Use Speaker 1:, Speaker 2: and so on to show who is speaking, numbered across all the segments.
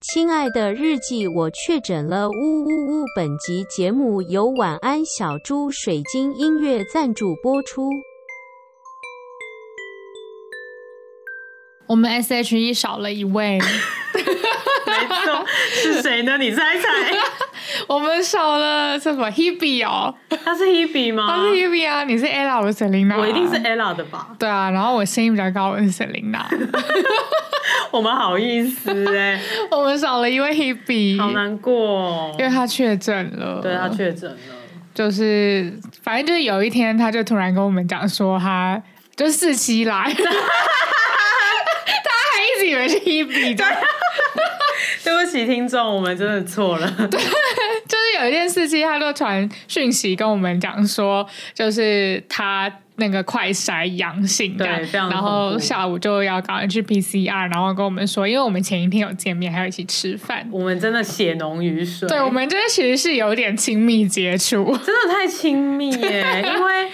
Speaker 1: 亲爱的日记，我确诊了，呜呜呜！本集节目由晚安小猪水晶音乐赞助播出。
Speaker 2: 我们 S H E 少了一位，
Speaker 3: 没错，是谁呢？你猜猜，
Speaker 2: 我们少了什么 Hebe 哦，
Speaker 3: 他是 Hebe 吗？
Speaker 2: 他是 Hebe 啊，你是 Ella，我是 Selina，
Speaker 3: 我一定是 Ella 的 吧？
Speaker 2: 啊对啊，然后我声音比较高，我是 Selina，
Speaker 3: 我们好意思哎、
Speaker 2: 我们少了一位 Hebe，
Speaker 3: 好难过、哦
Speaker 2: 因。为他确诊了，
Speaker 3: 对他确诊了，
Speaker 2: 就是反正就是有一天，他就突然跟我们讲说他就四期来，大 家还一直以为是 Hebe 的，
Speaker 3: 对不起听众，我们真的错了。
Speaker 2: 就是有一件事情，他就传讯息跟我们讲说，就是他那个快筛阳性这样，
Speaker 3: 对非常
Speaker 2: 然
Speaker 3: 恐
Speaker 2: 后
Speaker 3: 怖
Speaker 2: 下午就要赶快去 PCR，然后跟我们说，因为我们前一天有见面，还有一起吃饭，
Speaker 3: 我们真的血浓于水，
Speaker 2: 对我们这其实是有点亲密接 触，
Speaker 3: 真的太亲密耶、 因为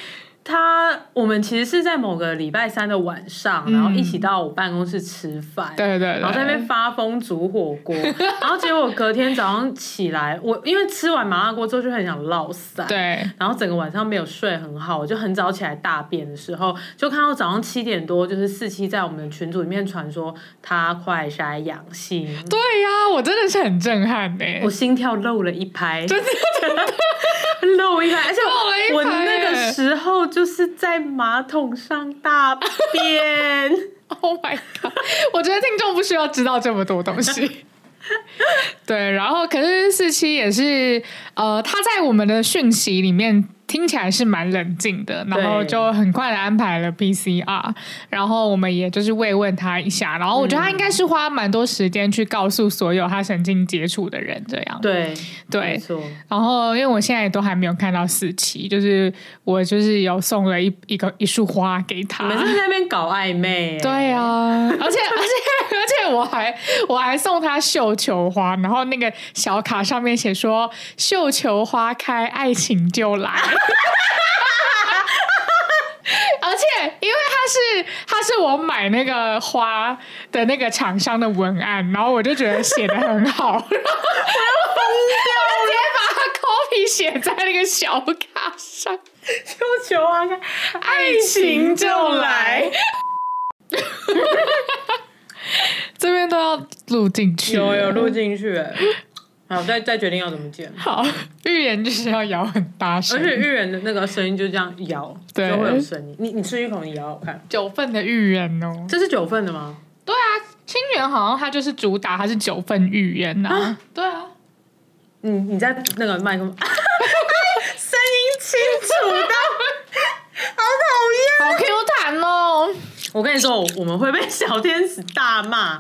Speaker 3: 他我们其实是在某个礼拜三的晚上，然后一起到我办公室吃饭，
Speaker 2: 嗯对对对，
Speaker 3: 然后在那边发疯煮火 锅，然后结果隔天早上起来，我因为吃完麻辣锅之后就很想落散，，
Speaker 2: 对。
Speaker 3: 然后整个晚上没有睡很好，我就很早起来大便的时候，就看到早上七点多，就是四七在我们的群组里面传说他快筛阳性，
Speaker 2: 对呀、我真的是很震撼呢、
Speaker 3: 我心跳漏了一拍，
Speaker 2: 真的
Speaker 3: 漏一拍，而且我
Speaker 2: 漏了一拍
Speaker 3: 那
Speaker 2: 耶
Speaker 3: 个时候就是在马桶上大 便。
Speaker 2: Oh my god！我觉得听众不需要知道这么多东 西。对，然后可是四七也是，呃，他在我们的讯息里面听起来是蛮冷静的，然后
Speaker 3: 对
Speaker 2: 就很快的安排了 PCR，然后我们也就是慰问他一下，然后我觉得他应该是花蛮多时间去告诉所有他曾经接触的人这样。
Speaker 3: 对没
Speaker 2: 对，
Speaker 3: 错，
Speaker 2: 然后因为我现在也都还没有看到四七，就是我就是有送了一一个一束花给他，
Speaker 3: 你们是不是在那边搞暧昧耶，
Speaker 2: 对啊，而且而且而且我还我还送他绣球花，然后那个小卡上面写说“绣球花开，爱情就来”。 而且，因为他是他是我买那个花的那个厂商的文案，然后我就觉得写的很好， 然后我就直接把它 copy 写在那个小卡上，
Speaker 3: 丢球啊！看
Speaker 2: 爱情就来。 这边都要录进去，
Speaker 3: 有有录进去。好，再再决定要怎么剪。
Speaker 2: 好，预言就是要摇很大
Speaker 3: 而
Speaker 2: 声，
Speaker 3: 且芋圆的那个声音就这样摇，就
Speaker 2: 对
Speaker 3: 会有声音。你你吃一口，你摇我看。
Speaker 2: 九份的预言哦。
Speaker 3: 这是九份的吗？
Speaker 2: 对啊，清源好像它就是主打，它是九份预言呐、啊。对啊，
Speaker 3: 你你在那个麦克风， 声音清楚到，好讨厌。
Speaker 2: 好 Q 弹哦。
Speaker 3: 我跟你说，我们会被小天使大 骂，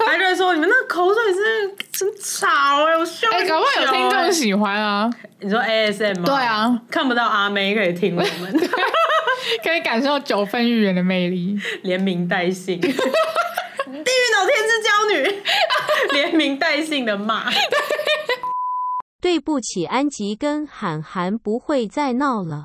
Speaker 3: 他就会说你们那口水真的真吵哎、我笑、
Speaker 2: 哎、
Speaker 3: 欸，
Speaker 2: 搞不好有听众喜欢啊，
Speaker 3: 你说 ASM 吗？
Speaker 2: 对啊，
Speaker 3: 看不到阿妹可以听我们
Speaker 2: 可以感受九份预言的魅力。
Speaker 3: 连名带姓，地狱岛天之娇女，连名带姓的骂。
Speaker 1: 对不起，安吉跟韩寒不会再闹了。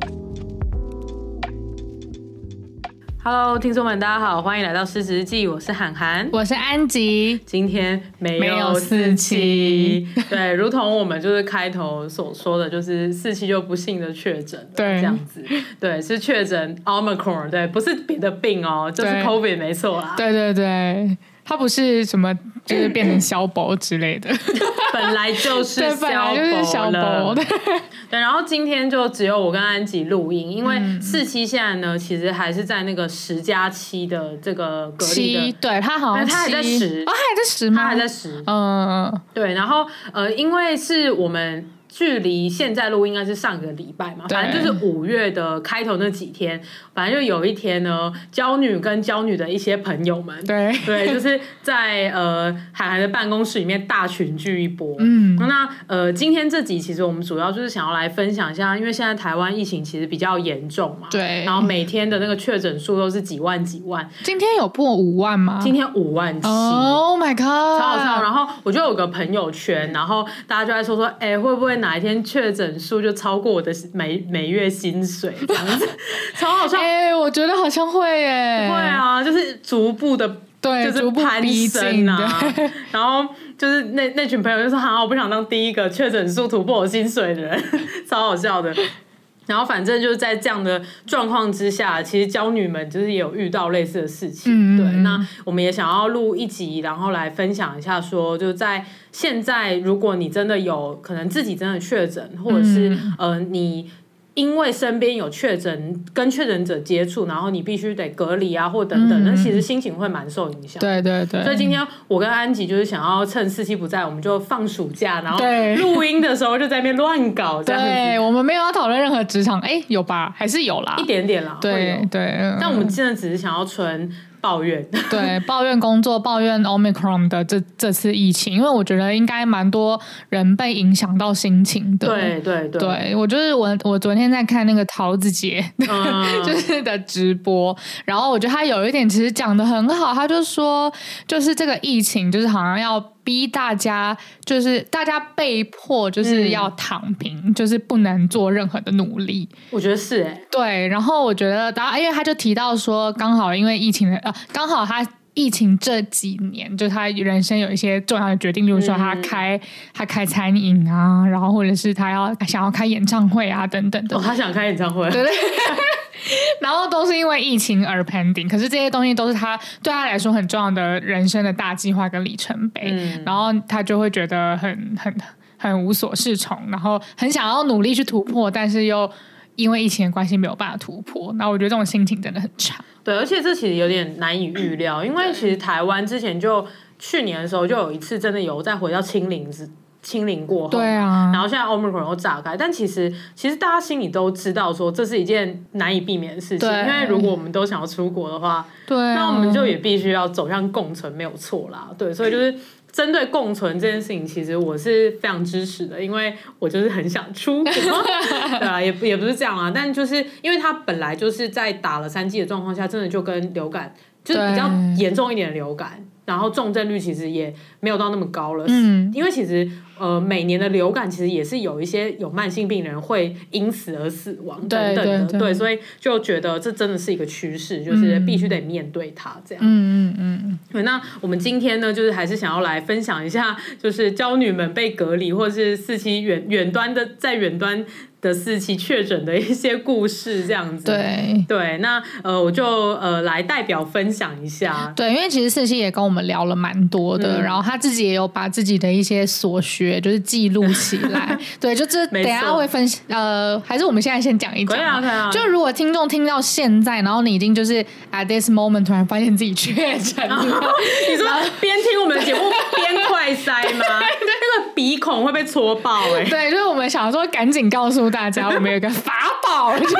Speaker 3: Hello，听众们，大家好，欢迎来到《失职日记》，我是韩寒。
Speaker 2: 我是安吉，
Speaker 3: 今天没
Speaker 2: 没有
Speaker 3: 有
Speaker 2: 四
Speaker 3: 四
Speaker 2: 期
Speaker 3: 期，对，如同我们就是开头所说的，就是四期就不幸的确诊了，
Speaker 2: 对
Speaker 3: 这样子，对，是确诊 omicron，对，不是别的病哦，就是
Speaker 2: 对
Speaker 3: covid 没错啊啦。
Speaker 2: 对对对，他不是什么就是变成小宝之类 的，
Speaker 3: 本来就是
Speaker 2: 对，本来就是小
Speaker 3: 消
Speaker 2: 宝
Speaker 3: 薄
Speaker 2: 的
Speaker 3: 了。，对，然后今天就只有我跟安吉录音，因为
Speaker 2: 嗯
Speaker 3: 四期现在呢，其实还是在那个十加七的这个隔离
Speaker 2: 七，
Speaker 3: 的，
Speaker 2: 对他好像
Speaker 3: 哎他还在
Speaker 2: 七
Speaker 3: 十
Speaker 2: 哦，他还在十吗？
Speaker 3: 他还在十，
Speaker 2: 嗯，
Speaker 3: 对，然后呃，因为是我们距离现在录音应该是上个礼拜嘛，
Speaker 2: 对
Speaker 3: 反正就是五月的开头那几天，反正就有一天呢，娇女跟娇女的一些朋友们，
Speaker 2: 对
Speaker 3: 对，就是在呃海涵的办公室里面大群聚一波。
Speaker 2: 嗯
Speaker 3: 那呃今天这集其实我们主要就是想要来分享一下，因为现在台湾疫情其实比较严重嘛，
Speaker 2: 对啊
Speaker 3: 然后每天的那个确诊数都是几万几万，
Speaker 2: 今天有破五万吗？
Speaker 3: 今天五万七。
Speaker 2: Oh my god！
Speaker 3: 超好笑。然后我就有个朋友圈，然后大家就在说说，哎、会不会哪一天确诊数就超过我的每每月薪水这样子？超好笑。
Speaker 2: 哎、我觉得好像会耶。
Speaker 3: 对，啊，就是逐步的，
Speaker 2: 对
Speaker 3: 就是
Speaker 2: 逐步
Speaker 3: 攀
Speaker 2: 逼
Speaker 3: 升
Speaker 2: 近
Speaker 3: 啊
Speaker 2: 对。
Speaker 3: 然后就是那那群朋友就说：“哈，我不想当第一个确诊数突破我薪水的人， 超好笑的。”然后反正就是在这样的状况之下，其实娇女们就是也有遇到类似的事情。
Speaker 2: 嗯嗯
Speaker 3: 对，
Speaker 2: 嗯
Speaker 3: 那我们也想要录一集，然后来分享一下说，就在现在，如果你真的有可能自己真的确诊，或者是、
Speaker 2: 嗯
Speaker 3: 呃你。因为身边有确诊跟确诊者接触，然后你必须得隔离啊，或等
Speaker 2: 嗯
Speaker 3: 等，那、其实心情会蛮受影响。
Speaker 2: 对对对。
Speaker 3: 所以今天我跟安吉就是想要趁四七不在，我们就放暑假，然后
Speaker 2: 对
Speaker 3: 录音的时候就在那边乱搞这样
Speaker 2: 对
Speaker 3: 子，
Speaker 2: 我们没有要讨论任何职场，哎、有吧？还是有啦。
Speaker 3: 一点点啦。会有
Speaker 2: 对对，嗯
Speaker 3: 但我们真的只是想要纯抱怨。
Speaker 2: 对，抱怨工作，抱怨 Omicron 的这这次疫情，因为我觉得应该蛮多人被影响到心情的。
Speaker 3: 对对对，
Speaker 2: 对，我就是我，我昨天在看那个桃子姐，
Speaker 3: 嗯
Speaker 2: 就是的直播，然后我觉得她有一点其实讲的很好，她就说，就是这个疫情，就是好像要逼大家，就是大家被迫就是要躺平，就是不能做任何的努力。
Speaker 3: 我觉得是哎，
Speaker 2: 对，然后我觉得，然后因为他就提到说，刚好因为疫情的，呃，刚好他疫情这几年，就他人生有一些重要的决定，比如说他
Speaker 3: 嗯
Speaker 2: 开、他开餐饮啊，然后或者是他要想要开演唱会啊等等的
Speaker 3: 哦，，他想开演唱会，
Speaker 2: 对对。 然后都是因为疫情而 pending，可是这些东西都是他对他来说很重要的人生的大计划跟里程碑，
Speaker 3: 嗯
Speaker 2: 然后他就会觉得很很很无所适从，然后很想要努力去突破，但是又因为疫情的关系没有办法突破。然后我觉得这种心情真的很差，
Speaker 3: 对，而且这其实有点难以预料，因为其实台湾之前就去年的时候就有一次真的有再回到清零之清零过后，
Speaker 2: 对啊
Speaker 3: 然后现在 Omicron 又炸开，但其实其实大家心里都知道说这是一件难以避免的事情，
Speaker 2: 对
Speaker 3: 因为如果我们都想要出国的话，
Speaker 2: 对啊
Speaker 3: 那我们就也必须要走向共存，没有错啦，对，所以就是。针对共存这件事情，其实我是非常支持的，因为我就是很想 出国，对啊，也不也不是这样啊，但就是因为它本来就是在打了三剂的状况下，真的就跟流感就是比较
Speaker 2: 对
Speaker 3: 严重一点的流感，然后重症率其实也没有到那么高了，
Speaker 2: 嗯
Speaker 3: 因为其实呃每年的流感其实也是有一些有慢性病人会因此而死亡
Speaker 2: 对
Speaker 3: 等等的，
Speaker 2: 对对嗯
Speaker 3: 所以就觉得这真的是一个趋势，就是必须得面对它这样。
Speaker 2: 嗯嗯嗯，
Speaker 3: 对那我们今天呢，就是还是想要来分享一下，就是娇女们被隔离或是四期远远端的在远端的四期确诊的一些故事这样子。
Speaker 2: 对。
Speaker 3: 对，那呃我就呃来代表分享 一下。
Speaker 2: 对，因为其实四七也跟我们聊了蛮多的，
Speaker 3: 嗯
Speaker 2: 然后他自己也有把自己的一些所学就是记录起 来。对，就这
Speaker 3: 没
Speaker 2: 等一下
Speaker 3: 错
Speaker 2: 会分析，呃，还是我们现在先讲一讲
Speaker 3: 可以啊，
Speaker 2: 啊。
Speaker 3: 可以啊，
Speaker 2: 就如果听众听到现在，然后你已经就是 at this moment 突然发现自己确诊了，
Speaker 3: 你说边听我们的节目边快塞吗？ 那个鼻孔会被戳爆哎、欸，
Speaker 2: 对，就是我们想说赶紧告诉大家，我们有一个法 宝，就是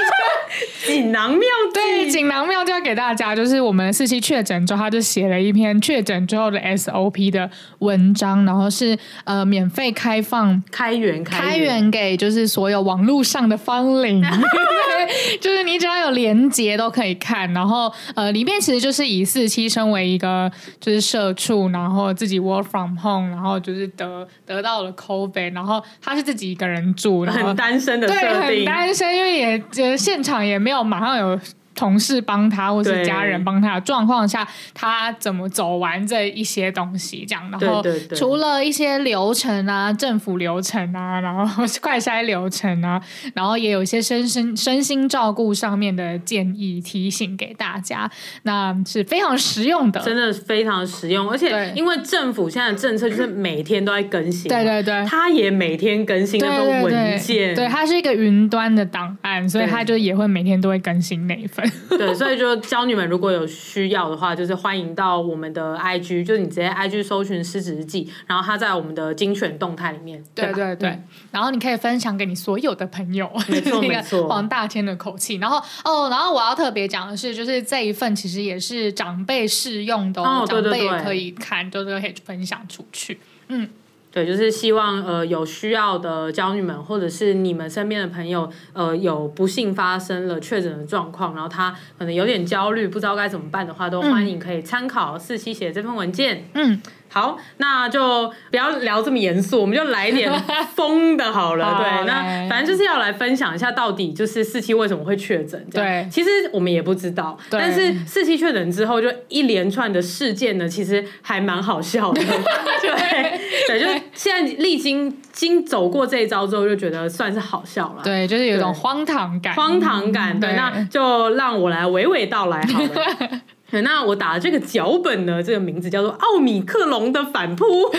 Speaker 3: 锦囊妙
Speaker 2: 对
Speaker 3: 计。
Speaker 2: 锦囊妙计要给大家，就是我们四期确诊之后，他就写了一篇确诊之后的 SOP 的文章，然后是呃免费开放
Speaker 3: 开源
Speaker 2: 开
Speaker 3: 源，
Speaker 2: 源给就是所有网络上的芳龄，对就是你只要有连接都可以看。然后呃，里面其实就是以四期身为一个就是社畜，然后自己 work from home，然后就是得得到了 COVID，然后他是自己一个人住，然后
Speaker 3: 很单身 的
Speaker 2: 对
Speaker 3: 设
Speaker 2: 很
Speaker 3: 定，
Speaker 2: 单身，因为也呃现场也没有马上有。同事帮他，或
Speaker 3: 对
Speaker 2: 是家人帮他的状况下，他怎么走完这一些东西？这样，然后
Speaker 3: 对对对
Speaker 2: 除了一些流程啊，政府流程啊，然后快筛流程啊， 然后也有一些身身身心照顾上面的建议提醒给大家，那是非常实用的。
Speaker 3: 真的非常实用。而且
Speaker 2: 对
Speaker 3: 因为政府现在的政策就是每天都在更新，
Speaker 2: 对对对。
Speaker 3: 他也每天更新
Speaker 2: 对
Speaker 3: 那
Speaker 2: 对
Speaker 3: 种
Speaker 2: 对
Speaker 3: 文件，
Speaker 2: 对，它是一个云端的档案，看，所以他就也会每天都会更新那一份。
Speaker 3: 对，所以就教你们如果有需要的话，就是欢迎到我们的 IG，就是你直接 IG 搜寻失职日记，然后它在我们的精选动态里面，
Speaker 2: 对
Speaker 3: 吧
Speaker 2: 对对，然后你可以分享给你所有的朋友，
Speaker 3: 没错
Speaker 2: 就是那
Speaker 3: 没错
Speaker 2: 个黄大千的口气。然后哦，然后我要特别讲的是，就是这一份其实也是长辈适用的、
Speaker 3: 哦对对
Speaker 2: 长辈
Speaker 3: 对
Speaker 2: 也可以看，就是可以分享出去。嗯，
Speaker 3: 对，就是希望呃有需要的教女们，或者是你们身边的朋友，呃有不幸发生了确诊的状况，然后他可能有点焦虑，不知道该怎么办的话，都欢迎可以参考四期写这份文件。
Speaker 2: 嗯，
Speaker 3: 好，那就不要聊这么严肃，我们就来 一点疯的好了。
Speaker 2: 好
Speaker 3: 对，那
Speaker 2: 来
Speaker 3: 反正就是要来分享一下，到底就是四期为什么会确诊？这样
Speaker 2: 对
Speaker 3: 其实我们也不知道，
Speaker 2: 对
Speaker 3: 但是四期确诊之后，就一连串的事件呢，其实还蛮好 笑的。对 对，就是现在历经经走过这一招之后，就觉得算是好笑了。。
Speaker 2: 对，就是有一种
Speaker 3: 对
Speaker 2: 荒唐感。
Speaker 3: 啊荒唐感，对，
Speaker 2: 对
Speaker 3: 那就让我来娓娓道来好了。 对那我打的这个脚本呢，这个名字叫做《奥米克隆的反扑》。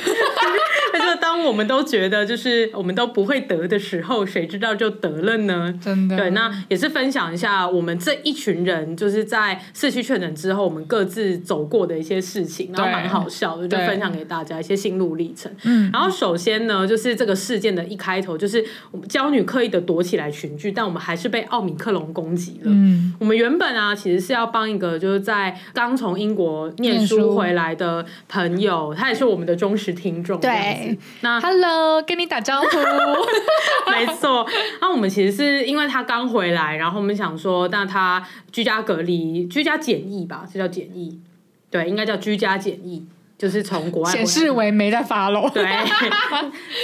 Speaker 3: 那就当我们都觉得就是我们都不会得的时候，谁知道就得了呢？
Speaker 2: 真的
Speaker 3: 对，那也是分享一下我们这一群人，就是在社区确诊之后，我们各自走过的一些事情，然后
Speaker 2: 对
Speaker 3: 蛮好笑的，就
Speaker 2: 对
Speaker 3: 分享给大家一些心路历程。
Speaker 2: 嗯
Speaker 3: 然后首先呢，就是这个事件的一开头，就是我们娇女刻意的躲起来群聚，但我们还是被奥米克隆攻击了。
Speaker 2: 嗯，
Speaker 3: 我们原本啊，其实是要帮一个就是在刚从英国念
Speaker 2: 念
Speaker 3: 书
Speaker 2: 书
Speaker 3: 回来的朋友，他也是我们的忠实听众。这样子
Speaker 2: 对，
Speaker 3: 那
Speaker 2: Hello，跟你打招呼。
Speaker 3: 没错，那我们其实是因为他刚回来，然后我们想说，那他居家隔离、居家检疫吧，这叫检疫，对，应该叫居家检疫，就是从国外回来
Speaker 2: 显示为没在发喽。
Speaker 3: 对，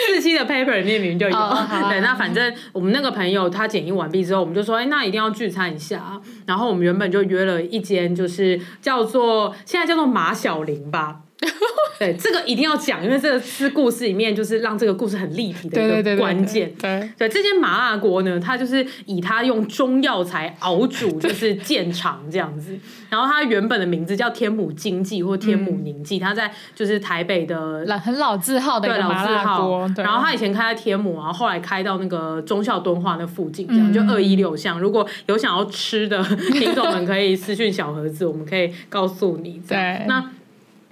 Speaker 3: 四期的 paper 里面明明就有。
Speaker 2: 哦好啊
Speaker 3: 对，那反正我们那个朋友他检疫完毕之后，我们就说，哎、那一定要聚餐一下啊。然后我们原本就约了一间，就是叫做现在叫做马小 玲吧。对，这个一定要讲，因为这个是故事里面就是让这个故事很立体的
Speaker 2: 对对对
Speaker 3: 一个
Speaker 2: 对，
Speaker 3: 关键。
Speaker 2: 对。
Speaker 3: 对，这间麻辣锅呢，它就是以它用中药材 熬煮，就是建肠这样子。然后它原本的名字叫天母经济或天母宁记，它在就是台北的
Speaker 2: 嗯老很老字号的一
Speaker 3: 对
Speaker 2: 个
Speaker 3: 老
Speaker 2: 麻
Speaker 3: 字
Speaker 2: 辣
Speaker 3: 号
Speaker 2: 锅，，对
Speaker 3: 然后他以前开在天母，然后后来开到那个忠孝敦化那附近，这
Speaker 2: 嗯
Speaker 3: 样、就二一六巷。如果有想要吃的 听众们，可以私讯小盒子，我们可以告诉你。这样
Speaker 2: 对
Speaker 3: 那。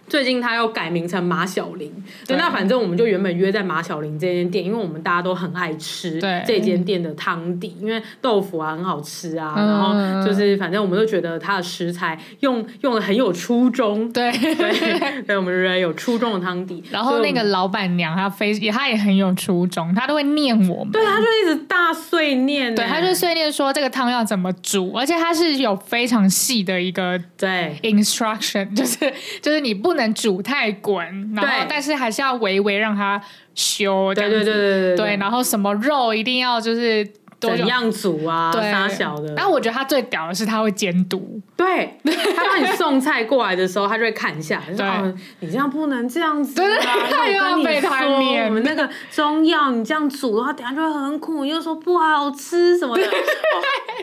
Speaker 3: 最近他又改名成马小玲，对，那反正我们就原本约在马小玲这间店，因为我们大家都很爱吃
Speaker 2: 对
Speaker 3: 这间店的汤底，因为豆腐啊很好吃啊，
Speaker 2: 嗯
Speaker 3: 然后就是反正我们都觉得它的食材用用的很有初衷，
Speaker 2: 对，
Speaker 3: 对， 对，我们觉得有初衷的汤底，
Speaker 2: 然
Speaker 3: 所以
Speaker 2: 后
Speaker 3: 我
Speaker 2: 那
Speaker 3: 们
Speaker 2: 个老板娘她非也她也很有初衷，她都会念我们。
Speaker 3: 对，啊他就一直大碎念欸，
Speaker 2: 对，她就碎念说这个汤要怎么煮，而且她是有非常细的一个
Speaker 3: 对
Speaker 2: instruction，就是 就是你不能煮太滚，然后
Speaker 3: 对
Speaker 2: 但是还是要微微让它修。这
Speaker 3: 对
Speaker 2: 样子
Speaker 3: 对对对
Speaker 2: 对，然后什么肉一定要就是多久
Speaker 3: 怎样煮啊，
Speaker 2: 对
Speaker 3: 杀小的，
Speaker 2: 然后我觉得他最屌的是他会监督，
Speaker 3: 对他帮你送菜过来的时候，他就会看一下，就 说
Speaker 2: 对
Speaker 3: 哦你这样不能这样子啊，
Speaker 2: 对对他又
Speaker 3: 那
Speaker 2: 要
Speaker 3: 我跟你
Speaker 2: 被他
Speaker 3: 说，
Speaker 2: 念
Speaker 3: 我们那个中药你这样煮的话，等下就会很苦，你又说不好 吃什么的。哦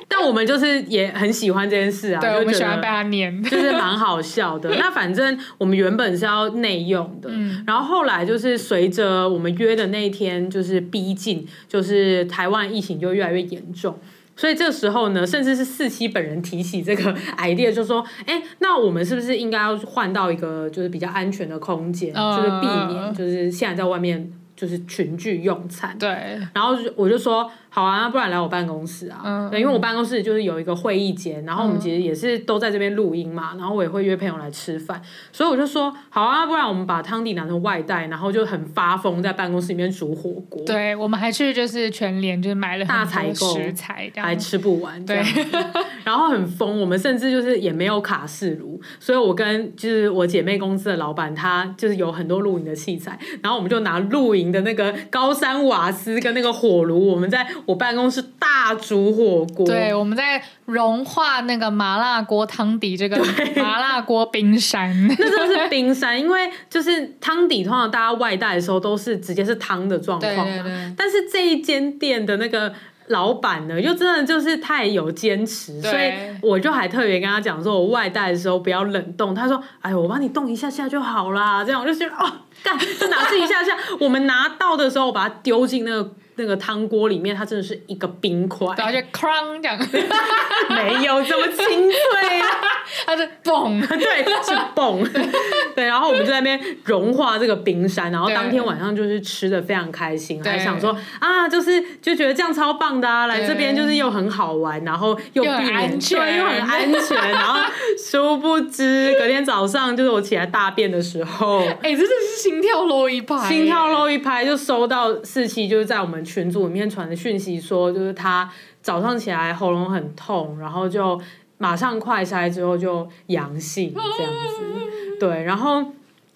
Speaker 3: 但我们就是也很喜欢这件事啊，
Speaker 2: 对
Speaker 3: 就
Speaker 2: 我们
Speaker 3: 觉
Speaker 2: 喜
Speaker 3: 得
Speaker 2: 欢被他念，
Speaker 3: 就是蛮好 笑的。那反正我们原本是要内用的，
Speaker 2: 嗯
Speaker 3: 然后后来就是随着我们约的那一天就是逼近，就是台湾疫情就越来越严重。所以这时候呢，甚至是四期本人提起这个 idea，就说：“哎、那我们是不是应该要换到一个就是比较安全的空间，
Speaker 2: 嗯
Speaker 3: 就是避免就是现在在外面就是群聚用餐？”
Speaker 2: 对，
Speaker 3: 然后就我就说好啊，那不然来我办公室啊。
Speaker 2: 嗯
Speaker 3: 对，因为我办公室就是有一个会议间，然后我们其实也是都在这边录音嘛，然后我也会约朋友来吃饭，所以我就说好啊，不然我们把汤底拿成外带，然后就很发疯在办公室里面煮火锅，，
Speaker 2: 对，我们还去就是全联，就是买了
Speaker 3: 大
Speaker 2: 很
Speaker 3: 采
Speaker 2: 多
Speaker 3: 购
Speaker 2: 食材，这
Speaker 3: 还
Speaker 2: 样
Speaker 3: 吃不完，这样子然后很疯，我们甚至就是也没有卡式炉，所以我跟就是我姐妹公司的老板，他就是有很多露营的器材，然后我们就拿露营的那个高山瓦斯跟那个火炉，我们在我办公室大煮火锅，
Speaker 2: 对，我们在融化那个麻辣锅汤底 这个麻辣锅冰山，
Speaker 3: 那真的是冰山，因为就是汤底，通常大家外带的时候都是直接是汤的状况嘛。
Speaker 2: 对对对
Speaker 3: 但是这一间店的那个老板呢，又真的就是太有坚持，
Speaker 2: 对
Speaker 3: 所以我就还特别跟他讲说，我外带的时候不要冷冻。他说：“哎，我帮你冻一下下就 好啦。”这样我就觉得哦，干就拿这一下下，我们拿到的时候，我把它丢进那个。那个汤锅里面，它真的是一个冰块，
Speaker 2: 然后就哐这样，
Speaker 3: 没有这么清脆啊。
Speaker 2: 它就嘣，
Speaker 3: 对，是蹦， 对，然后我们就在那边融化这个冰山，然后当天晚上就是吃的非常开心，
Speaker 2: 对
Speaker 3: 还想说啊，就是就觉得这样超棒的啊，来这边就是又很好玩，然后又避
Speaker 2: 又很
Speaker 3: 免
Speaker 2: 安全
Speaker 3: 对，又很安全，然后殊不知隔天早上就是我起来大便的时候。
Speaker 2: 哎、真的是心跳漏一拍，
Speaker 3: 心跳漏一拍，就收到四期就是在我们群组里面传的讯息说，就是他早上起来喉咙很痛，然后就马上快筛之后就阳
Speaker 2: 嗯
Speaker 3: 性这样子。对，然后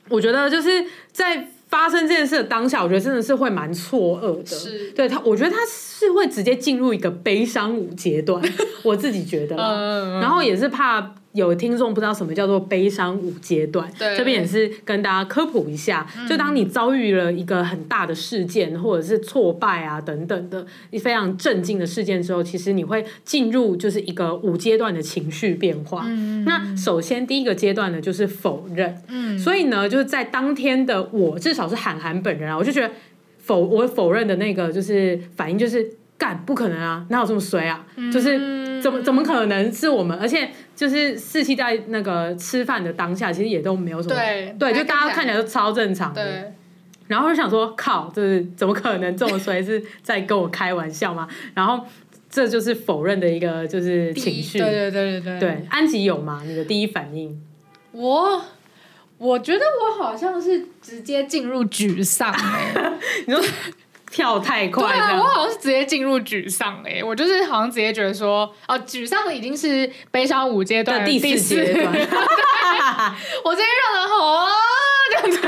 Speaker 3: 我觉得就是在发生这件事的当下，我觉得真的是会蛮错愕的。
Speaker 2: 是
Speaker 3: 对他，我觉得他是会直接进入一个悲伤舞阶段，我自己觉得啦。
Speaker 2: 嗯，嗯，
Speaker 3: 然后也是怕有听众不知道什么叫做悲伤五阶段，
Speaker 2: 对嗯
Speaker 3: 这边也是跟大家科普一下，就当你遭遇了一个很大的事件或者是挫败啊等等的一非常震惊的事件之后，其实你会进入就是一个五阶段的情绪变化。
Speaker 2: 嗯
Speaker 3: 那首先第一个阶段呢，就是否认。嗯，所以呢，就是在当天的我，至少是韩寒本人啊，我就觉得否我否认的那个就是反应就是干不可能啊，哪有这么衰啊？
Speaker 2: 嗯
Speaker 3: 就是怎么怎么可能是我们？而且就是四期在那个吃饭的当下，其实也都没有什么
Speaker 2: 对
Speaker 3: 对，就
Speaker 2: 大家
Speaker 3: 大家看
Speaker 2: 看起
Speaker 3: 起
Speaker 2: 来
Speaker 3: 来都超正常的。
Speaker 2: 对，
Speaker 3: 然后就想说，靠，这是怎么可能这么 衰？是在跟我开玩笑吗？然后这就是否认的一个就是
Speaker 2: 第一
Speaker 3: 情绪。
Speaker 2: 对对对对对，
Speaker 3: 对，安吉有吗？你的第一反应？
Speaker 2: 我。我觉得我好像是直接进入沮丧、 欸，
Speaker 3: 你说跳太快
Speaker 2: 对
Speaker 3: 这
Speaker 2: 啊，
Speaker 3: 样
Speaker 2: 我？好像是直接进入沮丧哎、我就是好像直接觉得说，哦，沮丧已经是悲伤五阶段
Speaker 3: 的
Speaker 2: 的
Speaker 3: 第
Speaker 2: 四
Speaker 3: 四阶 段，
Speaker 2: 我直接让人吼啊这样子，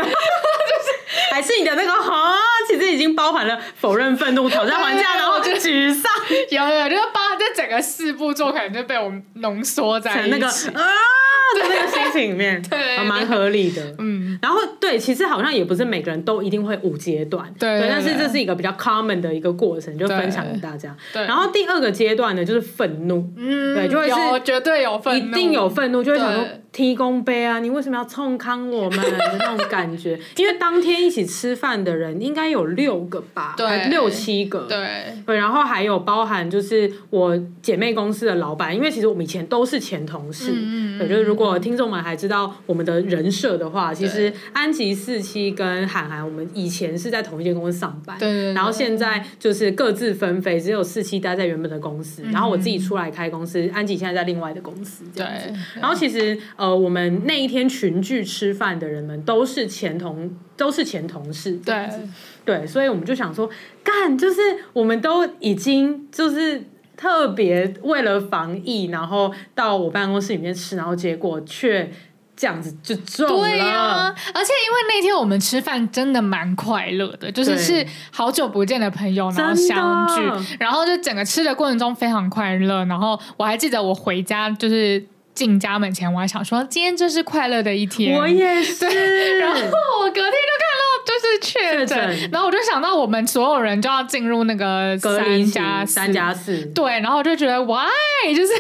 Speaker 3: 还是你的那个哈，其实已经包含了否认、愤怒、讨价还价，
Speaker 2: 对
Speaker 3: 然后就沮丧
Speaker 2: 有有，就是把这整个四步骤可能就被我们浓缩在
Speaker 3: 成
Speaker 2: 一
Speaker 3: 那个
Speaker 2: 起
Speaker 3: 啊的那个心情里面，
Speaker 2: 对
Speaker 3: 还蛮合理的。
Speaker 2: 嗯，
Speaker 3: 然后对，其实好像也不是每个人都一定会五阶段，
Speaker 2: 对对
Speaker 3: 但是
Speaker 2: 对
Speaker 3: 这是一个比较 common 的一个过程，就分享给大家。
Speaker 2: 对
Speaker 3: 然后第二个阶段呢，就是愤怒，
Speaker 2: 嗯，
Speaker 3: 对，就会
Speaker 2: 有
Speaker 3: 是
Speaker 2: 绝对有愤
Speaker 3: 一
Speaker 2: 怒，
Speaker 3: 定有愤怒，就会想说
Speaker 2: 对
Speaker 3: 提供杯啊，你为什么要冲康我们的那种感觉？因为当天一起吃饭的人应该有六个吧，
Speaker 2: 对
Speaker 3: 还六七个，
Speaker 2: 对
Speaker 3: 对，然后还有包含就是我姐妹公司的老板，因为其实我们以前都是前同事。
Speaker 2: 嗯嗯
Speaker 3: 对，就是如果听众们还知道我们的人设的话，其实安琪四期跟涵涵，我们以前是在同一间公司上班。
Speaker 2: 对对对
Speaker 3: 然后现在就是各自分飞，只有四期待在原本的公司，
Speaker 2: 嗯
Speaker 3: 然后我自己出来开公司，安琪现在在另外的公司这样子。
Speaker 2: 对，
Speaker 3: 然后其实呃，我们那一天群聚吃饭的人们都是前同都是前同事，这样
Speaker 2: 对
Speaker 3: 子对，所以我们就想说，干就是我们都已经就是。特别为了防疫，然后到我办公室里面吃，然后结果却这样子就中了。
Speaker 2: 对呀、而且因为那天我们吃饭真的蛮快乐的，就是
Speaker 3: 对
Speaker 2: 是好久不见的朋友，然后
Speaker 3: 真的
Speaker 2: 相聚，然后就整个吃的过程中非常快乐。然后我还记得我回家就是进家门前，我还想说今天真是快乐的一天。
Speaker 3: 我也是。
Speaker 2: 然后我隔天就看到就是确
Speaker 3: 确诊
Speaker 2: 诊，然后我就想到我们所有人就要进入那个
Speaker 3: 隔离
Speaker 2: 三
Speaker 3: 期
Speaker 2: 加四
Speaker 3: 三加四，
Speaker 2: 对，然后我就觉得 why 就是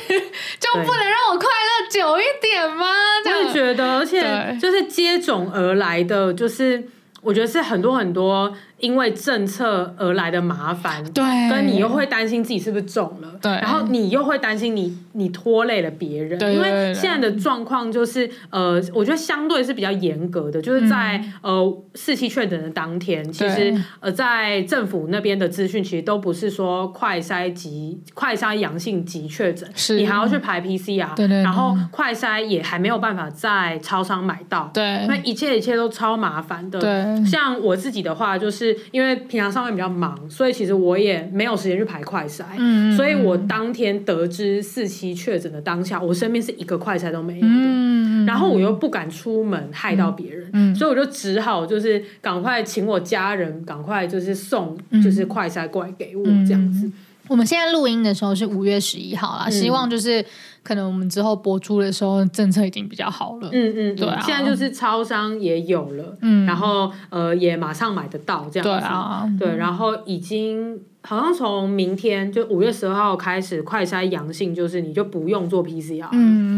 Speaker 2: 就
Speaker 3: 对
Speaker 2: 不能让我快乐久一点吗？这
Speaker 3: 我
Speaker 2: 样
Speaker 3: 也觉得，而且
Speaker 2: 啊对
Speaker 3: 就是接踵而来的，就是我觉得是很多很多因为政策而来的麻烦。
Speaker 2: 对，
Speaker 3: 跟你又会担心自己是不是中了，
Speaker 2: 哎对
Speaker 3: 然后你又会担心你你拖累了别人，
Speaker 2: 对对
Speaker 3: 因为
Speaker 2: 对对
Speaker 3: 现在的状况就是呃，我觉得相对是比较严格的，就是在、呃四期确诊的当天，其实
Speaker 2: 嗯对
Speaker 3: 呃在政府那边的资讯其实都不是说快筛即快筛阳性即确诊，
Speaker 2: 是
Speaker 3: 你还要去排 PCR，
Speaker 2: 对对对
Speaker 3: 然后快筛也还没有办法在超商买到，
Speaker 2: 对
Speaker 3: 那一切一切都超麻烦的，
Speaker 2: 对
Speaker 3: 像我自己的话，就是因为平常上班比较忙，所以其实我也没有时间去排快筛。
Speaker 2: 嗯嗯
Speaker 3: 所以我当天得知四期确诊的当下，我身边是一个快筛都没有的。
Speaker 2: 嗯，
Speaker 3: 然后我又不敢出门害到别人，
Speaker 2: 嗯
Speaker 3: 所以我就只好就是赶快请我家人赶快就是送
Speaker 2: 嗯
Speaker 3: 就是快筛过来给我这样子。
Speaker 4: 我们现在录音的时候是五月十一号
Speaker 2: 嗯
Speaker 4: 啦，希望就是可能我们之后播出的时候政策已经比较好了。
Speaker 3: 嗯嗯，嗯
Speaker 4: 对啊
Speaker 3: 现在就是超商也有了，
Speaker 4: 嗯
Speaker 3: 然后呃也马上买得到这样子。
Speaker 4: 对啊，
Speaker 2: 嗯
Speaker 3: 对，然后已经好像从明天就五月十二号开始，快筛阳性就是你就不用做 PCR。
Speaker 4: 嗯嗯
Speaker 3: 嗯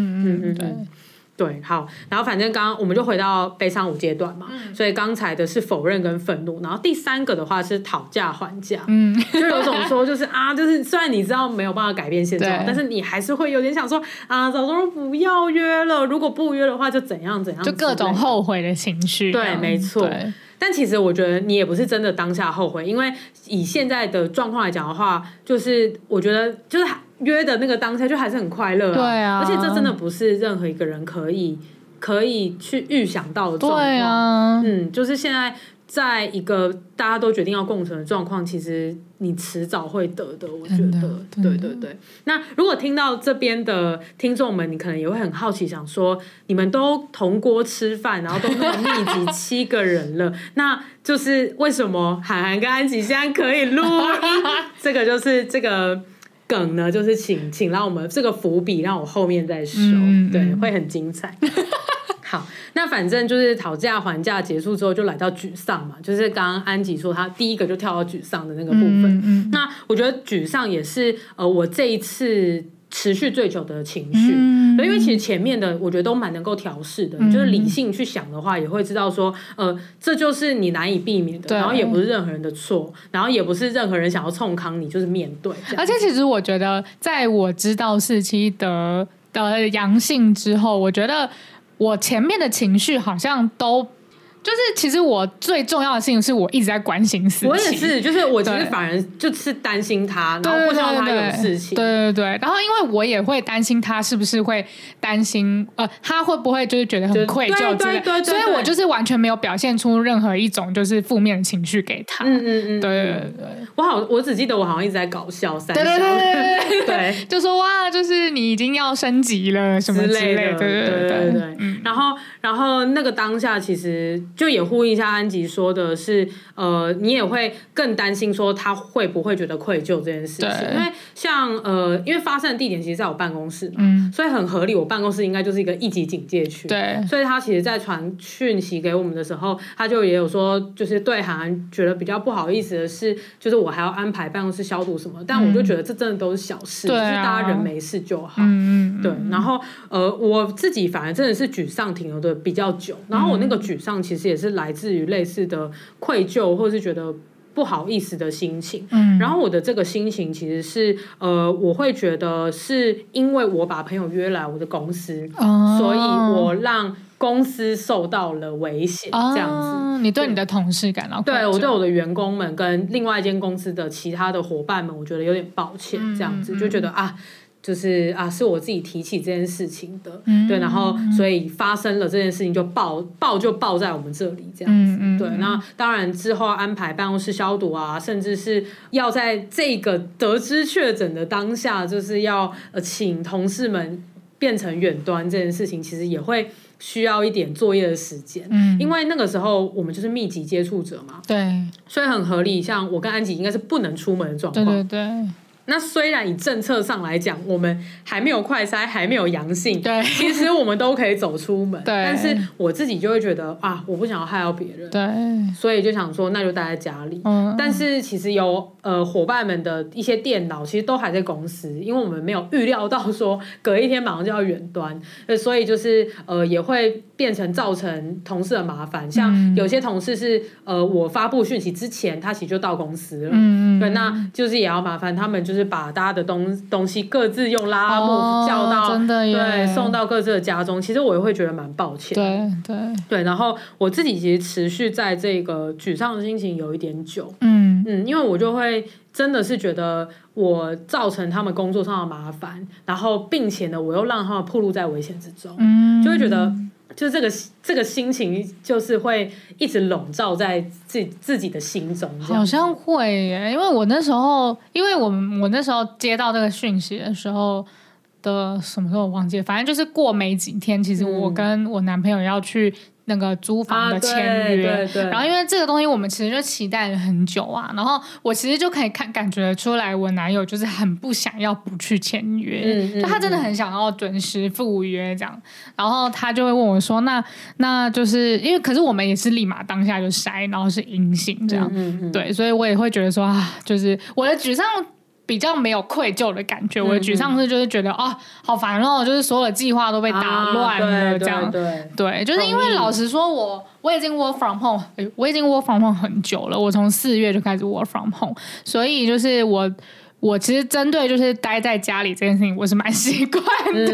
Speaker 3: 嗯
Speaker 4: 嗯，对，
Speaker 3: 对，好，然后反正刚刚我们就回到悲伤五阶段嘛，
Speaker 2: 嗯
Speaker 3: 所以刚才的是否认跟愤怒，然后第三个的话是讨价还价， 嗯，就有种说就是啊，就是虽然你知道没有办法改变现状
Speaker 2: 对，
Speaker 3: 但是你还是会有点想说啊，早知道不要约了，如果不约的话就怎样怎样，
Speaker 2: 就各种
Speaker 3: 后。
Speaker 2: 后悔的情绪。
Speaker 3: 对，没错
Speaker 2: 对。
Speaker 3: 但其实我觉得你也不是真的当下后悔，因为以现在的状况来讲的话，就是我觉得就是约的那个当下就还是很快乐、啊，
Speaker 2: 对啊
Speaker 3: 而且这真的不是任何一个人可以可以去预想到的状况。
Speaker 2: 对啊，
Speaker 3: 嗯，就是现在在一个大家都决定要共存的状况，其实你迟早会得的，我觉
Speaker 2: 真的
Speaker 3: 得，
Speaker 2: 真
Speaker 3: 对
Speaker 2: 的
Speaker 3: 对对。那如果听到这边的听众们，你可能也会很好奇，想说你们都同锅吃饭，然后都那么密 集七个人了，那就是为什么涵涵跟安琪现在可以录音？这个就是这个。梗呢，就是请请让我们这个伏笔，让我后面再收，
Speaker 2: 嗯嗯
Speaker 3: 对，
Speaker 2: 嗯
Speaker 3: 会很精彩。好，那反正就是讨价还价结束之后，就来到沮丧嘛，就是刚刚安吉说他第一个就跳到沮丧的那个部分。
Speaker 2: 嗯嗯
Speaker 3: 那我觉得沮丧也是呃，我这一次持续最久的情绪。
Speaker 2: 嗯
Speaker 3: 对，因为其实前面的我觉得都蛮能够调试的，
Speaker 2: 嗯
Speaker 3: 就是理性去想的话，也会知道说，呃，这就是你难以避免的，
Speaker 2: 对
Speaker 3: 然后也不是任何人的错，然后也不是任何人想要冲康你，就是面对这样。
Speaker 2: 而且其实我觉得，在我知道四期得得阳性之后，我觉得我前面的情绪好像都就是，其实我最重要的事情是我一直在关心四期，
Speaker 3: 我也是，就是我其实
Speaker 2: 对
Speaker 3: 反而就是担心他，然
Speaker 2: 对。
Speaker 3: 后
Speaker 2: 对
Speaker 3: 不希望
Speaker 2: 对
Speaker 3: 他有
Speaker 2: 对
Speaker 3: 事情。
Speaker 2: 对对对。然后，因为我也会担心他是不是会担心，呃，他会不会就是觉得
Speaker 3: 就
Speaker 2: 很愧疚之类
Speaker 3: 对对对对
Speaker 2: 所以我就是完全没有表现出任何一种就是负面的情绪给他。
Speaker 3: 嗯嗯嗯，
Speaker 2: 对对对
Speaker 3: 我好，我只记得我好像一直在搞笑三
Speaker 2: 对
Speaker 3: 笑，
Speaker 2: 对对对对
Speaker 3: 对
Speaker 2: 就说哇，就是你已经要升级了什么
Speaker 3: 之
Speaker 2: 之
Speaker 3: 类
Speaker 2: 类
Speaker 3: 的，
Speaker 2: 的，对
Speaker 3: 对
Speaker 2: 对嗯
Speaker 3: 对。然后，然后那个当下，其实就也呼应一下安吉说的是，呃，你也会更担心说他会不会觉得愧疚这件事情，
Speaker 2: 对
Speaker 3: 因为像呃，因为发生的地点其实在我办公室嘛，
Speaker 2: 嗯
Speaker 3: 所以很合理，我办公室应该就是一个一级警戒区，
Speaker 2: 对
Speaker 3: 所以他其实，在传讯息给我们的时候，他就也有说，就是对韩寒觉得比较不好意思的是，就是我还要安排办公室消毒什么，但我就觉得这真的都是小事，
Speaker 2: 嗯对
Speaker 3: 就
Speaker 2: 啊
Speaker 3: 是大家人没事就好。
Speaker 2: 嗯嗯，
Speaker 3: 对，然后呃，我自己反而真的是沮丧停留的比较久，然后我
Speaker 2: 嗯
Speaker 3: 那个沮丧其实也是来自于类似的愧疚或是觉得不好意思的心情。
Speaker 2: 嗯
Speaker 3: 然后我的这个心情其实是呃，我会觉得是因为我把朋友约来我的公司，
Speaker 4: 嗯
Speaker 2: 哦
Speaker 3: 所以我让公司受到了危险，这样子。
Speaker 2: 哦你对你的同事感到愧疚
Speaker 3: 对我对我的员工们跟另外一间公司的其他的伙伴们，我觉得有点抱歉，
Speaker 2: 嗯
Speaker 3: 这样子、就觉得啊。就是啊，是我自己提起这件事情的，
Speaker 2: 嗯
Speaker 3: 对，然后所以发生了这件事情就爆爆就爆在我们这里这样子，
Speaker 2: 嗯嗯
Speaker 3: 对。那当然之后安排办公室消毒啊，甚至是要在这个得知确诊的当下，就是要呃请同事们变成远端这件事情，其实也会需要一点作业的时间，
Speaker 2: 嗯
Speaker 3: 因为那个时候我们就是密集接触者嘛，
Speaker 2: 对
Speaker 3: 所以很合理。像我跟安吉应该是不能出门的状
Speaker 2: 对
Speaker 3: 况。
Speaker 2: 对对
Speaker 3: 那虽然以政策上来讲，我们还没有快筛，还没有阳性，
Speaker 2: 对
Speaker 3: 其实我们都可以走出门。
Speaker 2: 对
Speaker 3: 但是我自己就会觉得啊，我不想要害到别人，
Speaker 2: 对，
Speaker 4: 嗯
Speaker 3: 所以就想说那就待在家里。
Speaker 2: 嗯，
Speaker 3: 但是其实有呃伙伴们的一些电脑其实都还在公司，因为我们没有预料到说隔一天马上就要远端， 呃，所以就是呃也会变成造成同事的麻烦。
Speaker 2: 嗯
Speaker 3: 像有些同事是呃我发布讯息之前，他其实就到公司了。
Speaker 2: 嗯
Speaker 3: 对，那就是也要麻烦他们，就是把大家的东东西各自用拉拉
Speaker 2: 哦
Speaker 3: 木叫到，
Speaker 2: 真的耶
Speaker 3: 对，送到各自的家中。其实我也会觉得蛮抱歉的，
Speaker 2: 对对，
Speaker 3: 对。然后我自己其实持续在这个沮丧的心情有一点久，
Speaker 2: 嗯
Speaker 3: 嗯，因为我就会真的是觉得我造成他们工作上的麻烦，然后并且呢，我又让他们暴露在危险之中，
Speaker 2: 嗯，
Speaker 3: 就会觉得就是这个这个心情就是会一直笼罩在自己自己的心中，这
Speaker 4: 好
Speaker 3: 样啊
Speaker 4: 像
Speaker 3: 子
Speaker 4: 会耶，因为我那时候，因为我们我那时候接到这个讯息的时候的什么时候我忘记了，反正就是过没几天，其实
Speaker 3: 嗯
Speaker 4: 我跟我男朋友要去那个租房
Speaker 3: 啊，
Speaker 4: 的
Speaker 3: 对
Speaker 4: 签约，
Speaker 3: 对对，
Speaker 4: 然后因为这个东西，我们其实就期待了很久啊。然后我其实就可以看感觉出来，我男友就是很不想要不去签约，
Speaker 3: 嗯嗯
Speaker 4: 就他真的很想要准时赴约这样。然后他就会问我说：“那那就是因为，可是我们也是立马当下就筛，然后是阴性这样。
Speaker 3: 嗯嗯嗯
Speaker 4: 对，所以我也会觉得说啊，就是我的沮丧
Speaker 2: 比较没有愧疚的感觉。我的
Speaker 3: 嗯
Speaker 2: 沮丧是就是觉得啊、好烦哦，就是所有的计划都被打乱
Speaker 3: 啊
Speaker 2: 了，
Speaker 3: 对
Speaker 2: 这样。
Speaker 3: 对对
Speaker 2: 对，就是因为
Speaker 3: 同意
Speaker 2: 老实说我，我已经 work from home，诶我已经 work from home 很久了，我从四月就开始 work from home，所以就是我我其实针对就是待在家里这件事情，我是蛮习惯 的。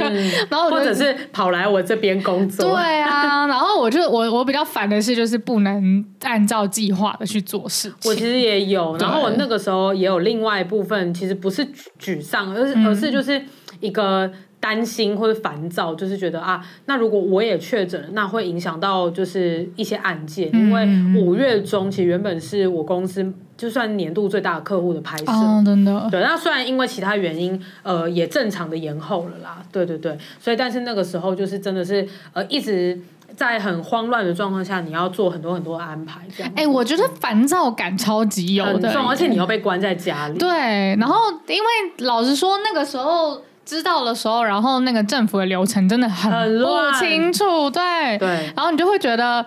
Speaker 2: 然后我
Speaker 3: 嗯或
Speaker 2: 就
Speaker 3: 者是跑来我这边工作，
Speaker 2: 对 啊，然后我就我我比较烦的是，就是不能按照计划的去做事
Speaker 3: 我其
Speaker 2: 情。
Speaker 3: 实也有，
Speaker 2: 对
Speaker 3: 然后我那个时候也有另外一部分，其实不是沮丧，而是、
Speaker 2: 嗯
Speaker 3: 而是就是一个担心或者烦躁，就是觉得啊，那如果我也确诊了，那会影响到就是一些案件，因
Speaker 2: 嗯
Speaker 3: 为五月中其实原本是我公司就算年度最大的客户的拍摄，
Speaker 2: 哦，真的，
Speaker 3: 对，那虽然因为其他原因，呃，也正常的延后了啦，对对对，所以但是那个时候就是真的是呃一直。在很慌乱的状况下，你要做很多很多安排，这样子。
Speaker 2: 哎、我觉得烦躁感超级有
Speaker 3: 嗯很
Speaker 2: 的耶，
Speaker 3: 重，而且你又被关在家里。
Speaker 2: 对，然后因为老实说，那个时候知道的时候，然后那个政府的流程真的很
Speaker 3: 很乱
Speaker 2: 不清楚，对，
Speaker 3: 对，
Speaker 2: 然后你就会觉得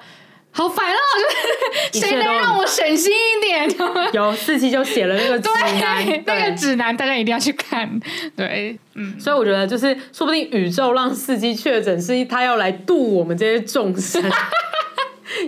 Speaker 2: 好烦哦，就
Speaker 3: 一
Speaker 2: 是谁
Speaker 3: 切都
Speaker 2: 能
Speaker 3: 很
Speaker 2: 让我省心一点？
Speaker 3: 有四期就写了那个指南，
Speaker 2: 对，那个
Speaker 3: 对
Speaker 2: 指南大家一定要去看，对，嗯，
Speaker 3: 所以我觉得就是，说不定宇宙让四期确诊是他要来度我们这些众生，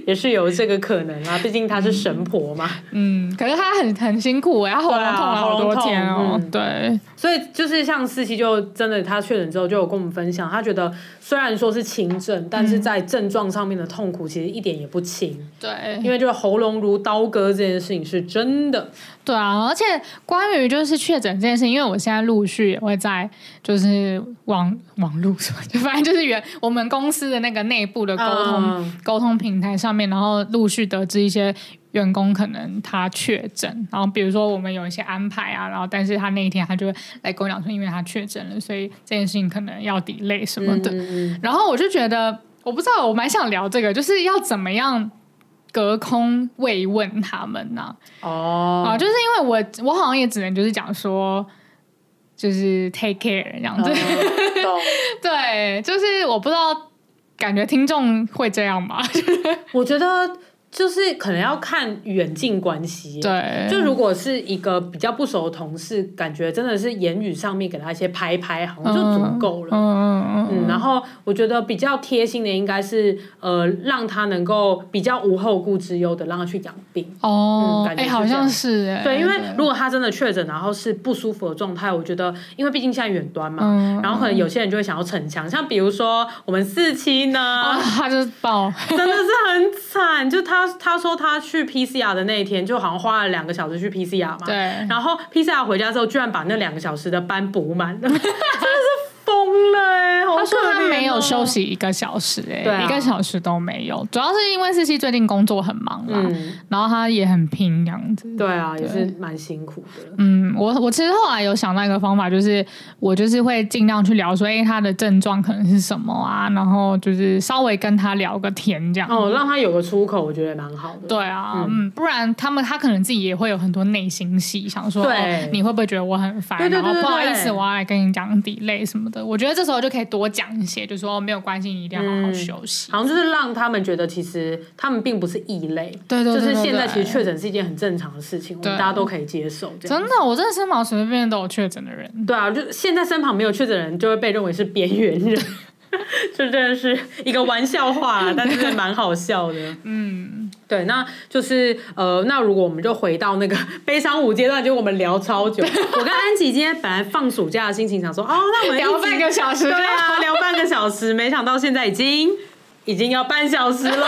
Speaker 3: 也是有这个可能啊。毕竟他是神婆嘛，
Speaker 2: 嗯，可是他很很辛苦哎，他喉咙
Speaker 3: 对啊
Speaker 2: 痛了好
Speaker 3: 喉
Speaker 2: 多
Speaker 3: 咙痛
Speaker 2: 天哦
Speaker 3: 嗯，
Speaker 2: 对，
Speaker 3: 所以就是像四期就真的他确诊之后就有跟我们分享，他觉得虽然说是轻症，但
Speaker 2: 嗯
Speaker 3: 是在症状上面的痛苦其实一点也不轻，
Speaker 2: 对，
Speaker 3: 因为就是喉咙如刀割这件事情是真的。
Speaker 2: 对啊，而且关于就是确诊这件事情，因为我现在陆续也会在就是网网路，就 反正就是原我们公司的那个内部的沟通、
Speaker 3: 嗯
Speaker 2: 沟通平台上面，然后陆续得知一些员工可能他确诊，然后比如说我们有一些安排啊，然后但是他那一天他就会来跟我讲说，因为他确诊了，所以这件事情可能要 delay 什么的。
Speaker 3: 嗯，
Speaker 2: 然后我就觉得，我不知道，我蛮想聊这个，就是要怎么样隔空慰问他们呢、
Speaker 3: 哦，
Speaker 2: 啊，就是因为我我好像也只能就是讲说，就是 take care 这
Speaker 3: 嗯
Speaker 2: 样子，
Speaker 3: 懂。
Speaker 2: 对，就是我不知道，感觉听众会这样吗？
Speaker 3: 我觉得就是可能要看远近关系。。
Speaker 2: 对，
Speaker 3: 就如果是一个比较不熟的同事，感觉真的是言语上面给他一些拍拍，好像就足够了。
Speaker 2: 嗯嗯嗯
Speaker 3: 嗯，然后我觉得比较贴心的应该是，呃，让他能够比较无后顾之忧的让他去养病。嗯
Speaker 2: 哦，
Speaker 3: 感觉
Speaker 2: 哎，
Speaker 3: 是
Speaker 2: 好
Speaker 3: 这样
Speaker 2: 像是哎，
Speaker 3: 对，因为如果他真的确诊，然后是不舒服的状态，我觉得，因为毕竟现在远端嘛，
Speaker 2: 嗯，
Speaker 3: 然后可能有些人就会想要逞强，像比如说我们四期呢
Speaker 2: 啊，，他就爆，
Speaker 3: 真的是很惨。就他他说他去 PCR 的那一天，就好像花了两个小时去 PCR 嘛。
Speaker 2: 对。
Speaker 3: 然后 PCR 回家之后，居然把那两个小时的班补满 了，真的是疯了哎、好
Speaker 2: 他说
Speaker 3: 可
Speaker 2: 他
Speaker 3: 怜
Speaker 2: 没有
Speaker 3: 哦
Speaker 2: 休。啊息一个小时、欸，
Speaker 3: 对啊
Speaker 2: 一个小时都没有，主要是因为四七最近工作很忙啦，
Speaker 3: 嗯，
Speaker 2: 然后他也很拼这样子，
Speaker 3: 对啊，也是蛮辛苦的。
Speaker 2: 嗯，我我其实后来有想到一个方法，就是我就是会尽量去聊说，哎、他的症状可能是什么啊，然后就是稍微跟他聊个天这样。
Speaker 3: 哦，让他有个出口，我觉得也蛮好的。
Speaker 2: 对啊，嗯不然他们他可能自己也会有很多内心戏，想说、
Speaker 3: 对
Speaker 2: 哦你会不会觉得我很烦，
Speaker 3: 对对对
Speaker 2: 然后
Speaker 3: 对
Speaker 2: 不好意
Speaker 3: 对
Speaker 2: 思，我要来跟你讲 delay 什么的。我觉得这时候就可以多讲一些，就说、哦、没有关系，你一定要好好
Speaker 3: 嗯
Speaker 2: 休息。
Speaker 3: 好像就是让他们觉得，其实他们并不是异类，
Speaker 2: 对对对
Speaker 3: 就是
Speaker 2: 对
Speaker 3: 现在
Speaker 2: 对
Speaker 3: 其实确诊是一件很正常的事情，我们
Speaker 2: 对
Speaker 3: 大家都可以接受。这样
Speaker 2: 真的，我真的身旁随随便便都有确诊的人，
Speaker 3: 对啊，就现在身旁没有确诊的人就会被认为是边缘人，这真的是一个玩笑话啦，但是真的蛮好笑的。嗯，对，那就是呃，那如果我们就回到那个悲伤五阶段，就我们聊超 久。我跟安琪今天本来放暑假的心情想说，哦，那我们一
Speaker 2: 聊
Speaker 3: 集
Speaker 2: 半个小时
Speaker 3: 对啊，聊半个小时，没想到现在已经已经要半小时喽。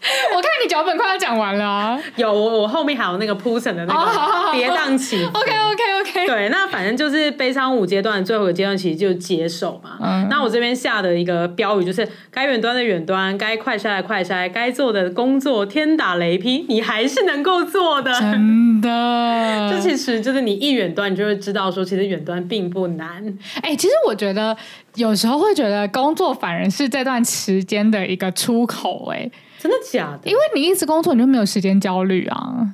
Speaker 2: 我看你脚本快要讲完了、啊。
Speaker 3: 有我我后面还有那个铺陈的那
Speaker 2: 哦好好
Speaker 3: 个
Speaker 2: 好
Speaker 3: 跌宕起伏。
Speaker 2: OK OK OK，
Speaker 3: 对，那反正就是悲伤五阶段，最后一个阶段其实就是接受嘛。
Speaker 2: 嗯
Speaker 3: 那我这边下的一个标语就是：该远端的远端，该快筛的快筛，该做的工作天打雷劈，你还是能够做 的。
Speaker 2: 真的，
Speaker 3: 这其实 就是你一远端，你就会知道说，其实远端并不难。
Speaker 2: 哎、其实我觉得有时候会觉得工作反而是这段时间的一个出口、哎，
Speaker 3: 真的假的？
Speaker 2: 因为你一直工作，你就没有时间焦虑
Speaker 3: 嗯
Speaker 2: 啊。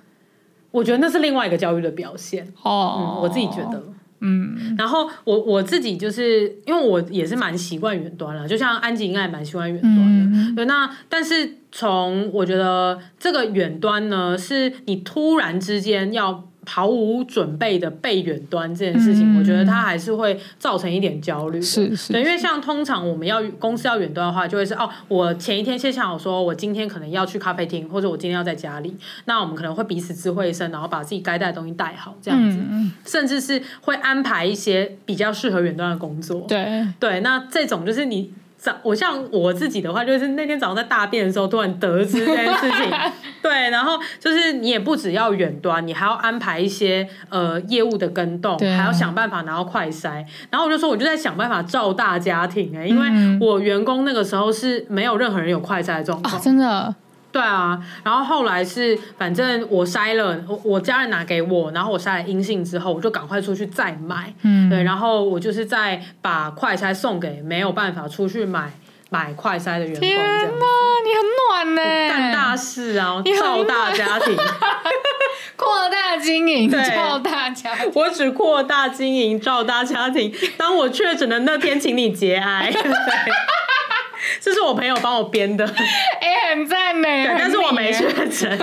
Speaker 3: 我觉得那是另外一个教育的表现。
Speaker 2: 哦
Speaker 3: 嗯，，我自己觉得，。
Speaker 2: 嗯，
Speaker 3: 然后我我自己就是因为我也是蛮习惯远端了，就像安吉应该也蛮习惯远端的。
Speaker 2: 嗯
Speaker 3: 对，那但是从我觉得这个远端呢，是你突然之间要毫无准备的被远端这件事情，我觉得它还是会造成一点焦虑的。
Speaker 2: 嗯是是
Speaker 3: 对，因为像通常我们要公司要远端的话，就会是哦，我前一天先想好说，我今天可能要去咖啡厅，或者我今天要在家里，那我们可能会彼此知会一声，然后把自己该带的东西带好，这
Speaker 2: 嗯
Speaker 3: 样子，甚至是会安排一些比较适合远端的工作。
Speaker 2: 对，啊
Speaker 3: 对，那这种就是你早，我像我自己的话，就是那天早上在大便的时候，突然得知这件事 情，对，然后就是你也不只要远端，你还要安排一些呃业务的跟动，
Speaker 2: 对啊
Speaker 3: 还要想办法拿到快筛，然后我就说我就在想办法照大家庭哎、因
Speaker 2: 嗯
Speaker 3: 为我员工那个时候是没有任何人有快筛的状况
Speaker 2: 啊，，真的，
Speaker 3: 对啊，然后后来是反正我筛了，我我家人拿给我，然后我筛了阴性之后，我就赶快出去再买，嗯，对，然后我就是再把快筛送给没有办法出去买买快筛的员工，这
Speaker 2: 天
Speaker 3: 样子
Speaker 2: 哪，你很暖呢、
Speaker 3: 干大事啊，
Speaker 2: 你很
Speaker 3: 造大家庭，
Speaker 2: 扩大经营，
Speaker 3: 对
Speaker 2: 照大家。
Speaker 3: 我只扩大经营，照大家庭。当我确诊的那天，请你节哀。 对这是我朋友帮我编的。
Speaker 2: 哎、很赞呢、
Speaker 3: 对， 但是我没
Speaker 2: 去。
Speaker 3: 确诊。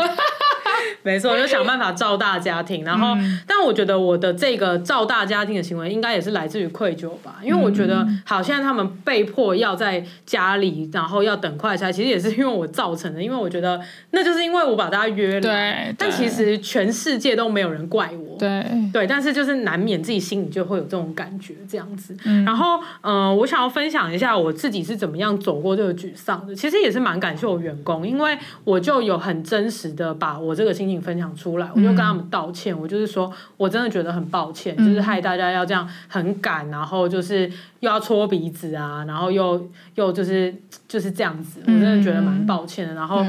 Speaker 3: 没错，我就想办法照大家庭，然后，
Speaker 2: 嗯
Speaker 3: 但我觉得我的这个照大家庭的行为，应该也是来自于愧疚吧，因为我觉得，
Speaker 2: 嗯
Speaker 3: 好，现在他们被迫要在家里，然后要等快筛，其实也是因为我造成的，因为我觉得那就是因为我把大家约了，
Speaker 2: 对
Speaker 3: 但
Speaker 2: 对
Speaker 3: 其实全世界都没有人怪我，
Speaker 2: 对，
Speaker 3: 对，但是就是难免自己心里就会有这种感觉，这样子。然后，嗯、我想要分享一下我自己是怎么样走过这个沮丧的。其实也是蛮感谢我员工，因为我就有很真实的把我这个心情分享出来，我就跟他们道歉，我就是说我真的觉得很抱歉，就是害大家要这样很赶，然后就是又要搓鼻子啊，然后又又就是就是这样子，我真的觉得蛮抱歉的。然后。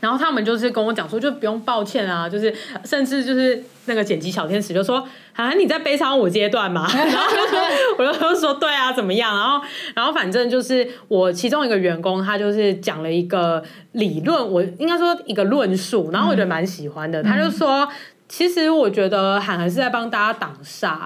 Speaker 3: 然后他们就是跟我讲说，就不用抱歉啊，就是甚至就是那个剪辑小天使就说：“啊，你在悲伤我阶段嘛？” 然后我就说我就说：“对啊，怎么样？”然后然后反正就是我其中一个员工，他就是讲了一个理论，我应该说一个论述，然后我觉得蛮喜欢的，他就说。其实我觉得韩寒是在帮大家挡煞，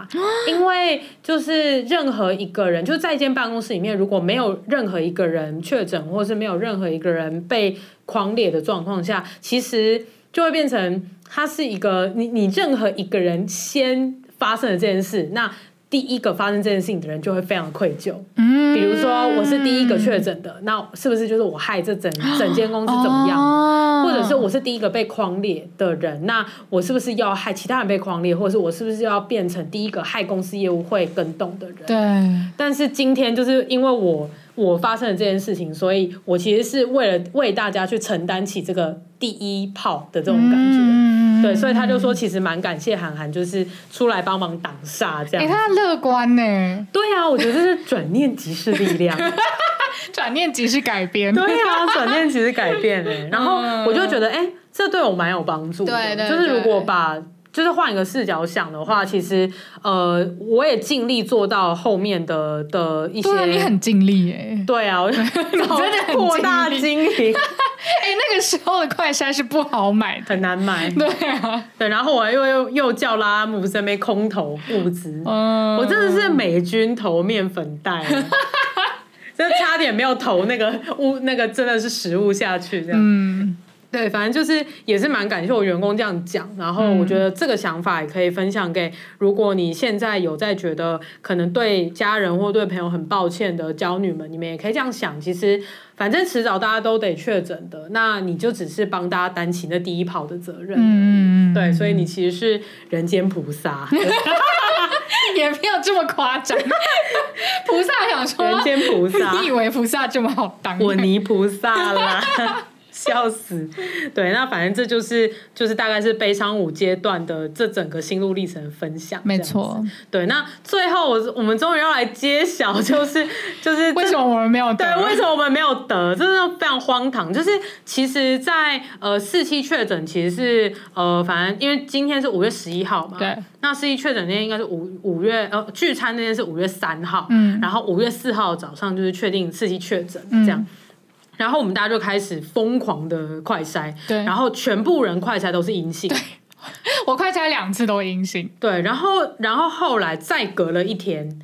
Speaker 3: 因为就是任何一个人，就是在一间办公室里面，如果没有任何一个人确诊，或是没有任何一个人被狂裂的状况下，其实就会变成它是一个你你任何一个人先发生了这件事，那第一个发生这件事情的人就会非常的愧疚。嗯，比如说我是第一个确诊的，那是不是就是我害这整整间公司怎么样？
Speaker 2: 哦
Speaker 3: 或者是我是第一个被框列的人，那我是不是要害其他人被框列，或者是我是不是要变成第一个害公司业务会跟动的人？
Speaker 2: 对
Speaker 3: 但是今天就是因为我我发生了这件事情，所以我其实是为了为大家去承担起这个第一炮的这种感觉。
Speaker 2: 嗯
Speaker 3: 对，所以他就说，其实蛮感谢韩寒，就是出来帮忙挡煞这
Speaker 2: 哎、
Speaker 3: 样。
Speaker 2: 他很乐观呢、
Speaker 3: 对啊，我觉得这是转念即是力量。
Speaker 2: 转念即是改编。
Speaker 3: 对啊，转念其实改变了、然后我就觉得，哎、这对我蛮有帮助的。
Speaker 2: 嗯对对
Speaker 3: 就是如果
Speaker 2: 对
Speaker 3: 把。就是换一个视角想的话，其实呃，我也尽力做到后面的的一些。
Speaker 2: 对啊，你很尽力哎、
Speaker 3: 对 啊，我真
Speaker 2: 的很
Speaker 3: 扩大
Speaker 2: 尽力
Speaker 3: 经营
Speaker 2: 哎、那个时候的快筛是不好买的。
Speaker 3: 很难买。
Speaker 2: 对啊，
Speaker 3: 对，然后我又又又叫拉姆森被空投物资，
Speaker 2: 嗯，
Speaker 3: 我真的是美军投面粉袋， 这差点没有投那个物，那个真的是食物下去这样。
Speaker 2: 嗯，
Speaker 3: 对，反正就是也是蛮感谢我员工这样讲，然后我觉得这个想法也可以分享给，如果你现在有在觉得可能对家人或对朋友很抱歉的娇女们，你们也可以这样想，其实反正迟早大家都得确诊的，那你就只是帮大家担起那第一跑的责任，嗯，对，所以你其实是人间菩萨，
Speaker 2: 也没有这么夸张。菩萨想
Speaker 3: 人
Speaker 2: 说，
Speaker 3: 间菩 萨，
Speaker 2: 你以为菩萨这么好当？
Speaker 3: 我泥菩萨啦，笑死！对，那反正这就是就是大概是悲伤五阶段的这整个心路历程的分享，
Speaker 2: 没错。
Speaker 3: 这样子。对，那最后我我们终于要来揭晓，就是就是
Speaker 2: 为什么我们没有
Speaker 3: 对
Speaker 2: 得？，
Speaker 3: 为什么我们没有得？真的非常荒唐。就是其实在，呃四期确诊，其实是呃，反正因为今天是五月十一号嘛，
Speaker 2: 对。
Speaker 3: 那四期确诊那天应该是五五月呃聚餐那天是五月三号，嗯，然后五月四号早上就是确定四期确诊
Speaker 2: 嗯
Speaker 3: 这样。然后我们大家就开始疯狂的快筛，
Speaker 2: 对
Speaker 3: 然后全部人快筛都是阴性，
Speaker 2: 我快筛两次都阴性。
Speaker 3: 对，然后然后后来再隔了一天，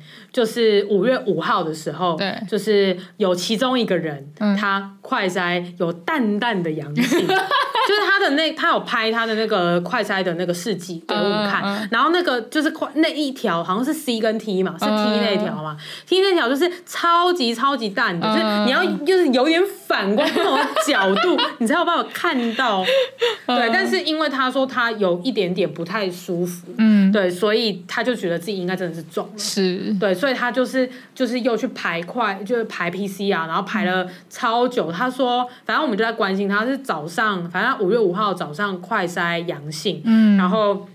Speaker 3: 就是五月五号的时候，
Speaker 2: 对
Speaker 4: 嗯
Speaker 3: 就是有其中一个人、他快筛有淡淡的阳性， 就是他的那他有拍他的那个快筛的那个试剂给我们看，
Speaker 4: 嗯嗯
Speaker 3: 然后那个就是快那一条好像是 C 跟 T 嘛，是 T
Speaker 4: 嗯
Speaker 3: 那条嘛、t 那条就是超级超级淡的，就
Speaker 4: 嗯
Speaker 3: 是你要就是有点反光不同的角度，你才有办法看 到。
Speaker 4: 嗯
Speaker 3: 对，但是因为他说他有一点点不太舒服，
Speaker 4: 嗯，
Speaker 3: 对，所以他就觉得自己应该真的是中了。
Speaker 4: 是，
Speaker 3: 对，所以他就是就是又去排快，就是排 PCR，然后排了超久。他说，反正我们就在关心他，是早上，反正五月五号早上快筛阳性，
Speaker 4: 嗯，
Speaker 3: 然后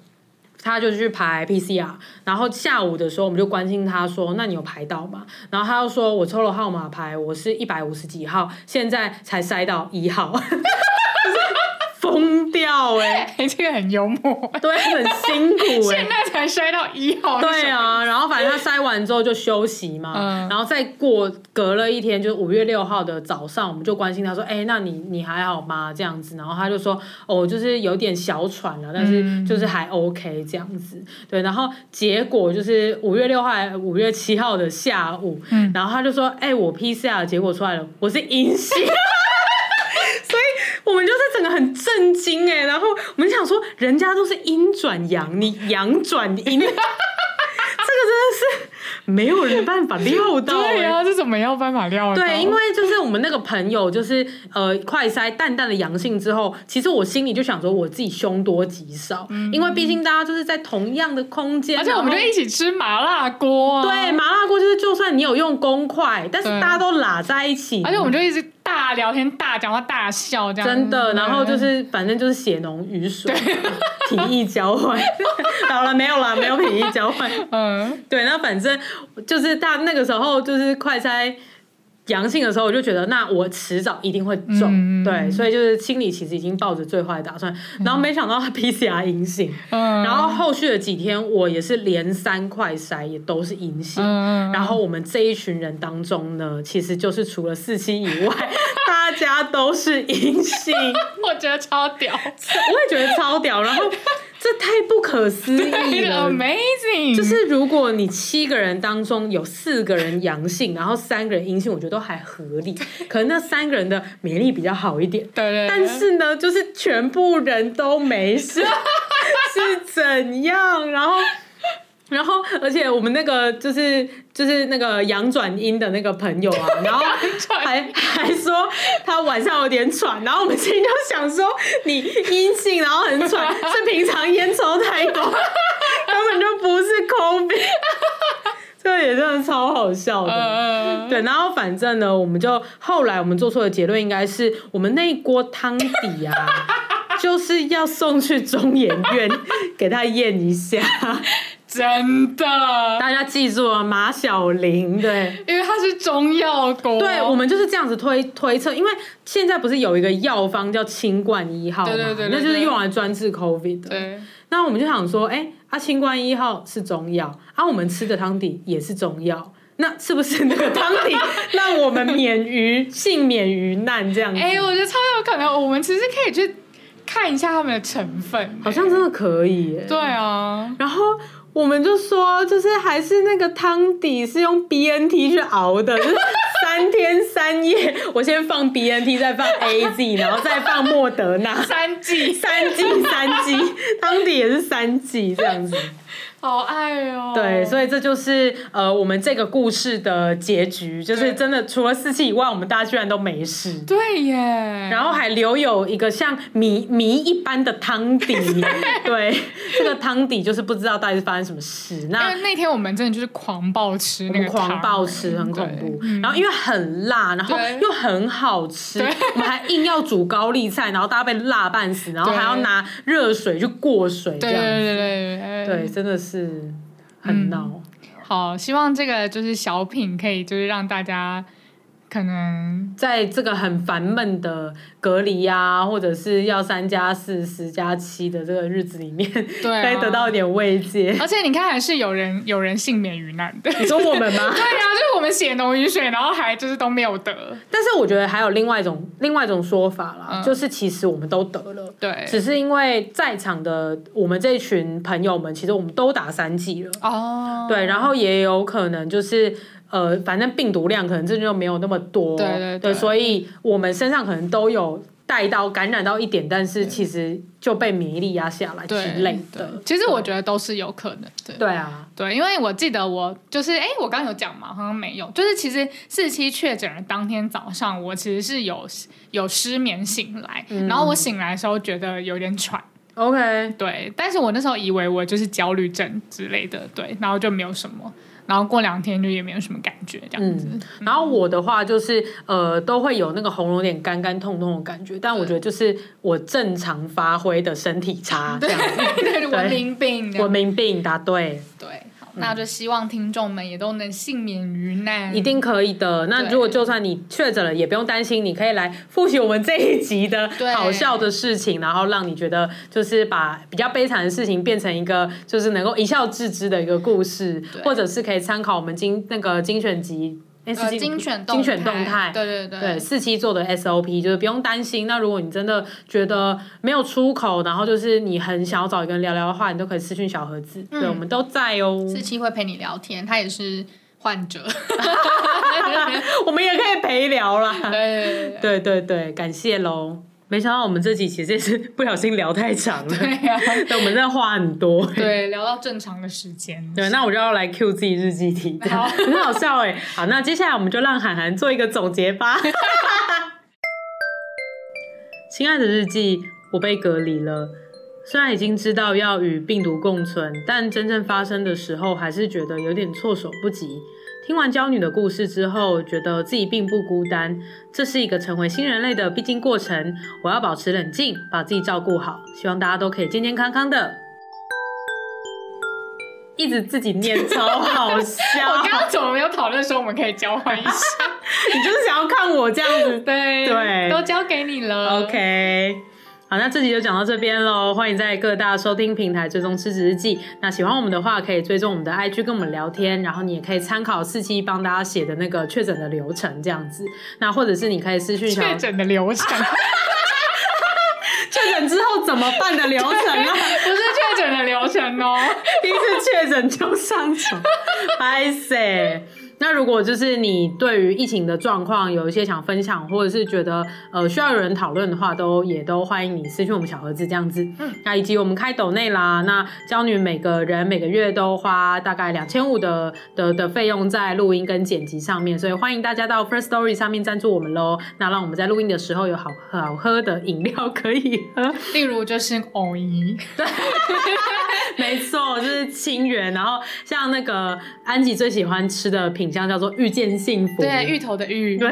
Speaker 3: 他就去排 PCR，然后下午的时候我们就关心他说，那你有排到吗？然后他又说我抽了号码牌，我是一百五十几号，现在才筛到一号， 就是疯掉哎、
Speaker 4: 哎，这个很幽默，
Speaker 3: 对，很辛苦哎、
Speaker 4: 现在才摔到一号，
Speaker 3: 对，啊，然后反正他筛完之后就休息嘛，
Speaker 4: 嗯
Speaker 3: 然后再过隔了一天，就是五月六号的早上，我们就关心他说：“哎、那你你还好吗？”这样子，然后他就说：“哦，就是有点小喘了，但是就是还 OK 这样子。”对，然后结果就是五月六号、五月七号的下午，然后他就说：“哎、我 PCR 的结果出来了，我是阴性。”所以我们就是整个很震惊哎、然后我们想说，人家都是阴转阳，你阳转 阴。这个真的是没有人办法料到、欸。
Speaker 4: 对啊，这怎么样办法料得到？
Speaker 3: 对，因为就是我们那个朋友，就是呃，快筛淡淡的阳性之后，其实我心里就想说，我自己凶多吉少，因为毕竟大家就是在同样的空间，
Speaker 4: 嗯而且我们就
Speaker 3: 然后
Speaker 4: 一起吃麻辣锅啊，
Speaker 3: 对，麻辣锅，就是就算你有用公筷，但是
Speaker 4: 对
Speaker 3: 大家都拉在一起，
Speaker 4: 而且我们就一直大聊天、大讲话、大笑这样，
Speaker 3: 真的，
Speaker 4: 对
Speaker 3: 然后就是反正就是血浓于水， 体液交换。 好了，没有啦，没有体液交换。
Speaker 4: 嗯，
Speaker 3: 对，那反正就是大那个时候就是快筛阳性的时候，我就觉得那我迟早一定会中，
Speaker 4: 嗯
Speaker 3: 对，所以就是心里其实已经抱着最坏的打算，然后没想到他 PCR 阴性，
Speaker 4: 嗯
Speaker 3: 然后后续的几天我也是连三快筛也都是阴性。
Speaker 4: 嗯，
Speaker 3: 然后我们这一群人当中呢，其实就是除了四七以外， 大家都是阴性，
Speaker 4: 我觉得超屌，
Speaker 3: 我也觉得超屌。然后这太不可 思议
Speaker 2: 啊
Speaker 3: 了，
Speaker 4: ，amazing，
Speaker 3: 就是如果你七个人当中有四个人阳性，然后三个人阴性，我觉得都还合理。可能那三个人的免疫力比较好一点，
Speaker 4: 对对，对
Speaker 3: 但是呢，就是全部人都没事，是怎样？然后。然后，而且我们那个就是就是那个阳转阴的那个朋友啊，然后还还说他晚上有点喘，然后我们心里就想说你阴性，然后很喘，是平常烟抽太多，根本就不是 COVID，这个也真的超好笑的。
Speaker 4: 呃，
Speaker 3: 对，然后反正呢，我们就后来我们做出的结论应该是，我们那一锅汤底啊，就是要送去中研院给他验一下。
Speaker 4: 真的，
Speaker 3: 大家记住了，马小玲，对。
Speaker 4: 因为它是中药国，
Speaker 3: 对，我们就是这样子推推测，因为现在不是有一个药方叫清冠一号嘛，
Speaker 4: 对对对对
Speaker 3: 那就是
Speaker 4: 对
Speaker 3: 用来专治 COVID 的。
Speaker 4: 对，
Speaker 3: 那我们就想说，哎、啊，清冠一号是中药，啊，我们吃的汤底也是中药，那是不是那个汤 底让我们免于幸免于难这样子？
Speaker 4: 哎，我觉得超有可能，我们其实可以去看一下他们的成分，
Speaker 3: 好像真的可以、耶
Speaker 4: 对啊，
Speaker 3: 然后我们就说，就是还是那个汤底是用 BNT 去熬的，就是三天三夜， 我先放 BNT，再放 AZ，然后再放莫德纳，
Speaker 4: 三季，
Speaker 3: 三剂三剂，汤底也是三剂这样子。
Speaker 4: 好爱哦，
Speaker 3: 对，所以这就是呃我们这个故事的结局，就是
Speaker 4: 对
Speaker 3: 真的除了四气以外，我们大家居然都没事。
Speaker 4: 对耶，
Speaker 3: 然后还留有一个像谜谜一般的汤 底，对，这个汤底就是不知道到底是发生什么事。
Speaker 4: 因
Speaker 3: 那
Speaker 4: 为那天我们真的就是狂暴吃
Speaker 3: 我
Speaker 4: 那
Speaker 3: 们
Speaker 4: 个
Speaker 3: 狂
Speaker 4: 汤嗯
Speaker 3: 暴吃很恐怖，然后因为很辣，然后
Speaker 4: 对
Speaker 3: 又很好吃，我们还硬要煮高丽菜，然后大家被辣半死，然后
Speaker 4: 对
Speaker 3: 还要拿热水去过水，这
Speaker 4: 对对
Speaker 3: 样
Speaker 4: 对嗯
Speaker 3: 子，
Speaker 4: 对对
Speaker 3: 对，真的是很闹。
Speaker 4: 好，希望这个就是小品可以就是让大家可能
Speaker 3: 在这个很烦闷的隔离啊，或者是要三加四、十加七的这个日子里面，
Speaker 4: 对啊
Speaker 3: 可以得到一点慰 藉。
Speaker 4: 而且你看，还是有人有人幸免于难的。对
Speaker 3: 你说我们 吗？
Speaker 4: 啊，就是我们血浓于水，然后还就是都没有得。
Speaker 3: 但是我觉得还有另外一种另外一种说法啦，
Speaker 4: 嗯
Speaker 3: 就是其实我们都得了，
Speaker 4: 对，
Speaker 3: 只是因为在场的我们这一群朋友们，其实我们都打三剂了，
Speaker 4: 哦，
Speaker 3: 对，然后也有可能就是。呃，反正病毒量可能真的就没有那么多，
Speaker 4: 对对对
Speaker 3: 所以我们身上可能都有带到感染到一点，但是其实就被免疫力压下来之
Speaker 2: 对
Speaker 3: 类
Speaker 2: 对
Speaker 3: 的。
Speaker 2: 其实我觉得都是有可能的。
Speaker 3: 对啊，
Speaker 2: 对，因为我记得我就是哎，我刚刚有讲嘛，好像没有。就是其实四期确诊的当天早上，我其实是有有失眠醒来，
Speaker 3: 嗯
Speaker 2: 然后我醒来的时候觉得有点喘，
Speaker 3: OK，嗯
Speaker 2: 对，但是我那时候以为我就是焦虑症之类的，对，然后就没有什么，然后过两天就也没有什么感觉这样子。
Speaker 3: 嗯，然后我的话就是呃，都会有那个喉咙有点干干痛痛的感觉，但我觉得就是我正常发挥的身体差 这样子。
Speaker 2: 对，文明病这样，
Speaker 3: 文明病答对，
Speaker 2: 对。好，那就希望听众们也都能幸免于难，
Speaker 3: 嗯一定可以的。那
Speaker 2: 对
Speaker 3: 如果就算你确诊了，也不用担心，你可以来复习我们这一集的
Speaker 2: 对
Speaker 3: 好笑的事情，然后让你觉得就是把比较悲惨的事情变成一个就是能够一笑置之的一个故事，或者是可以参考我们精那个精选集。诶是
Speaker 2: 呃精选动
Speaker 3: 精选动态，
Speaker 2: 对对对
Speaker 3: 对四期做的 SOP 就是不用担心。那如果你真的觉得没有出口，然后就是你很想要找一个人聊聊的话，你都可以私讯小盒子，对
Speaker 2: 嗯
Speaker 3: 我们都在哦。
Speaker 2: 四期会陪你聊天，他也是患者。
Speaker 3: 我们也可以陪聊啦。
Speaker 2: 对
Speaker 3: 对对对，感谢喽。没想到我们这集其实也是不小心聊太长了，对
Speaker 2: 啊
Speaker 3: 我们真的话很多。
Speaker 2: 对，聊到正常的时间。
Speaker 3: 对，那我就要来 Q 自己日记题，这 样很好笑哎、好，那接下来我们就让涵涵做一个总结吧。 亲爱的日记，我被隔离了。虽然已经知道要与病毒共存，但真正发生的时候，还是觉得有点措手不及。听完娇女的故事之后，觉得自己并不孤单，这是一个成为新人类的必经过程。我要保持冷静，把自己照顾好，希望大家都可以健健康康的。一直自己念，超好笑。
Speaker 2: 我刚刚怎么没有讨论说我们可以交换一下？
Speaker 3: 你就是想要看我这样 子。
Speaker 2: 对
Speaker 3: 对
Speaker 2: 都交给你了。
Speaker 3: OK，好，那这集就讲到这边喽。欢迎在各大收听平台追踪《吃纸日记》。那喜欢我们的话，可以追踪我们的 IG 跟我们聊天，然后你也可以参考四期帮大家写的那个确诊的流程这样子。那或者是你可以私讯小
Speaker 2: 确诊的流 程
Speaker 3: 确诊之后怎么办的流程啊，
Speaker 2: 不是确诊的流程哦。
Speaker 3: 第一次确诊就上床，拍谁？那如果就是你对于疫情的状况有一些想分享，或者是觉得呃需要有人讨论的话，都也都欢迎你私讯我们小盒子这样子。嗯，那以及我们开抖内啦，那娇女每个人每个月都花大概两千五的的的费用在录音跟剪辑上面，所以欢迎大家到 First Story 上面赞助我们喽。那让我们在录音的时候有好好喝的饮料可以喝。
Speaker 2: 例如就是偶一，
Speaker 3: 没错，就是清源。然后像那个安吉最喜欢吃的品相叫做遇见幸福，
Speaker 2: 对芋头的芋，
Speaker 3: 对，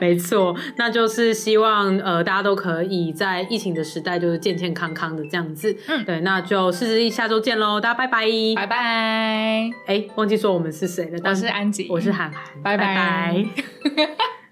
Speaker 3: 没错，那就是希望呃大家都可以在疫情的时代就是健健康康的这样子。
Speaker 2: 嗯
Speaker 3: 对，那就四十一下周见喽，大家拜拜。
Speaker 2: 拜拜。
Speaker 3: 哎，忘记说我们是谁了，但
Speaker 2: 我是安吉，
Speaker 3: 我是涵涵，
Speaker 2: 拜拜
Speaker 3: 拜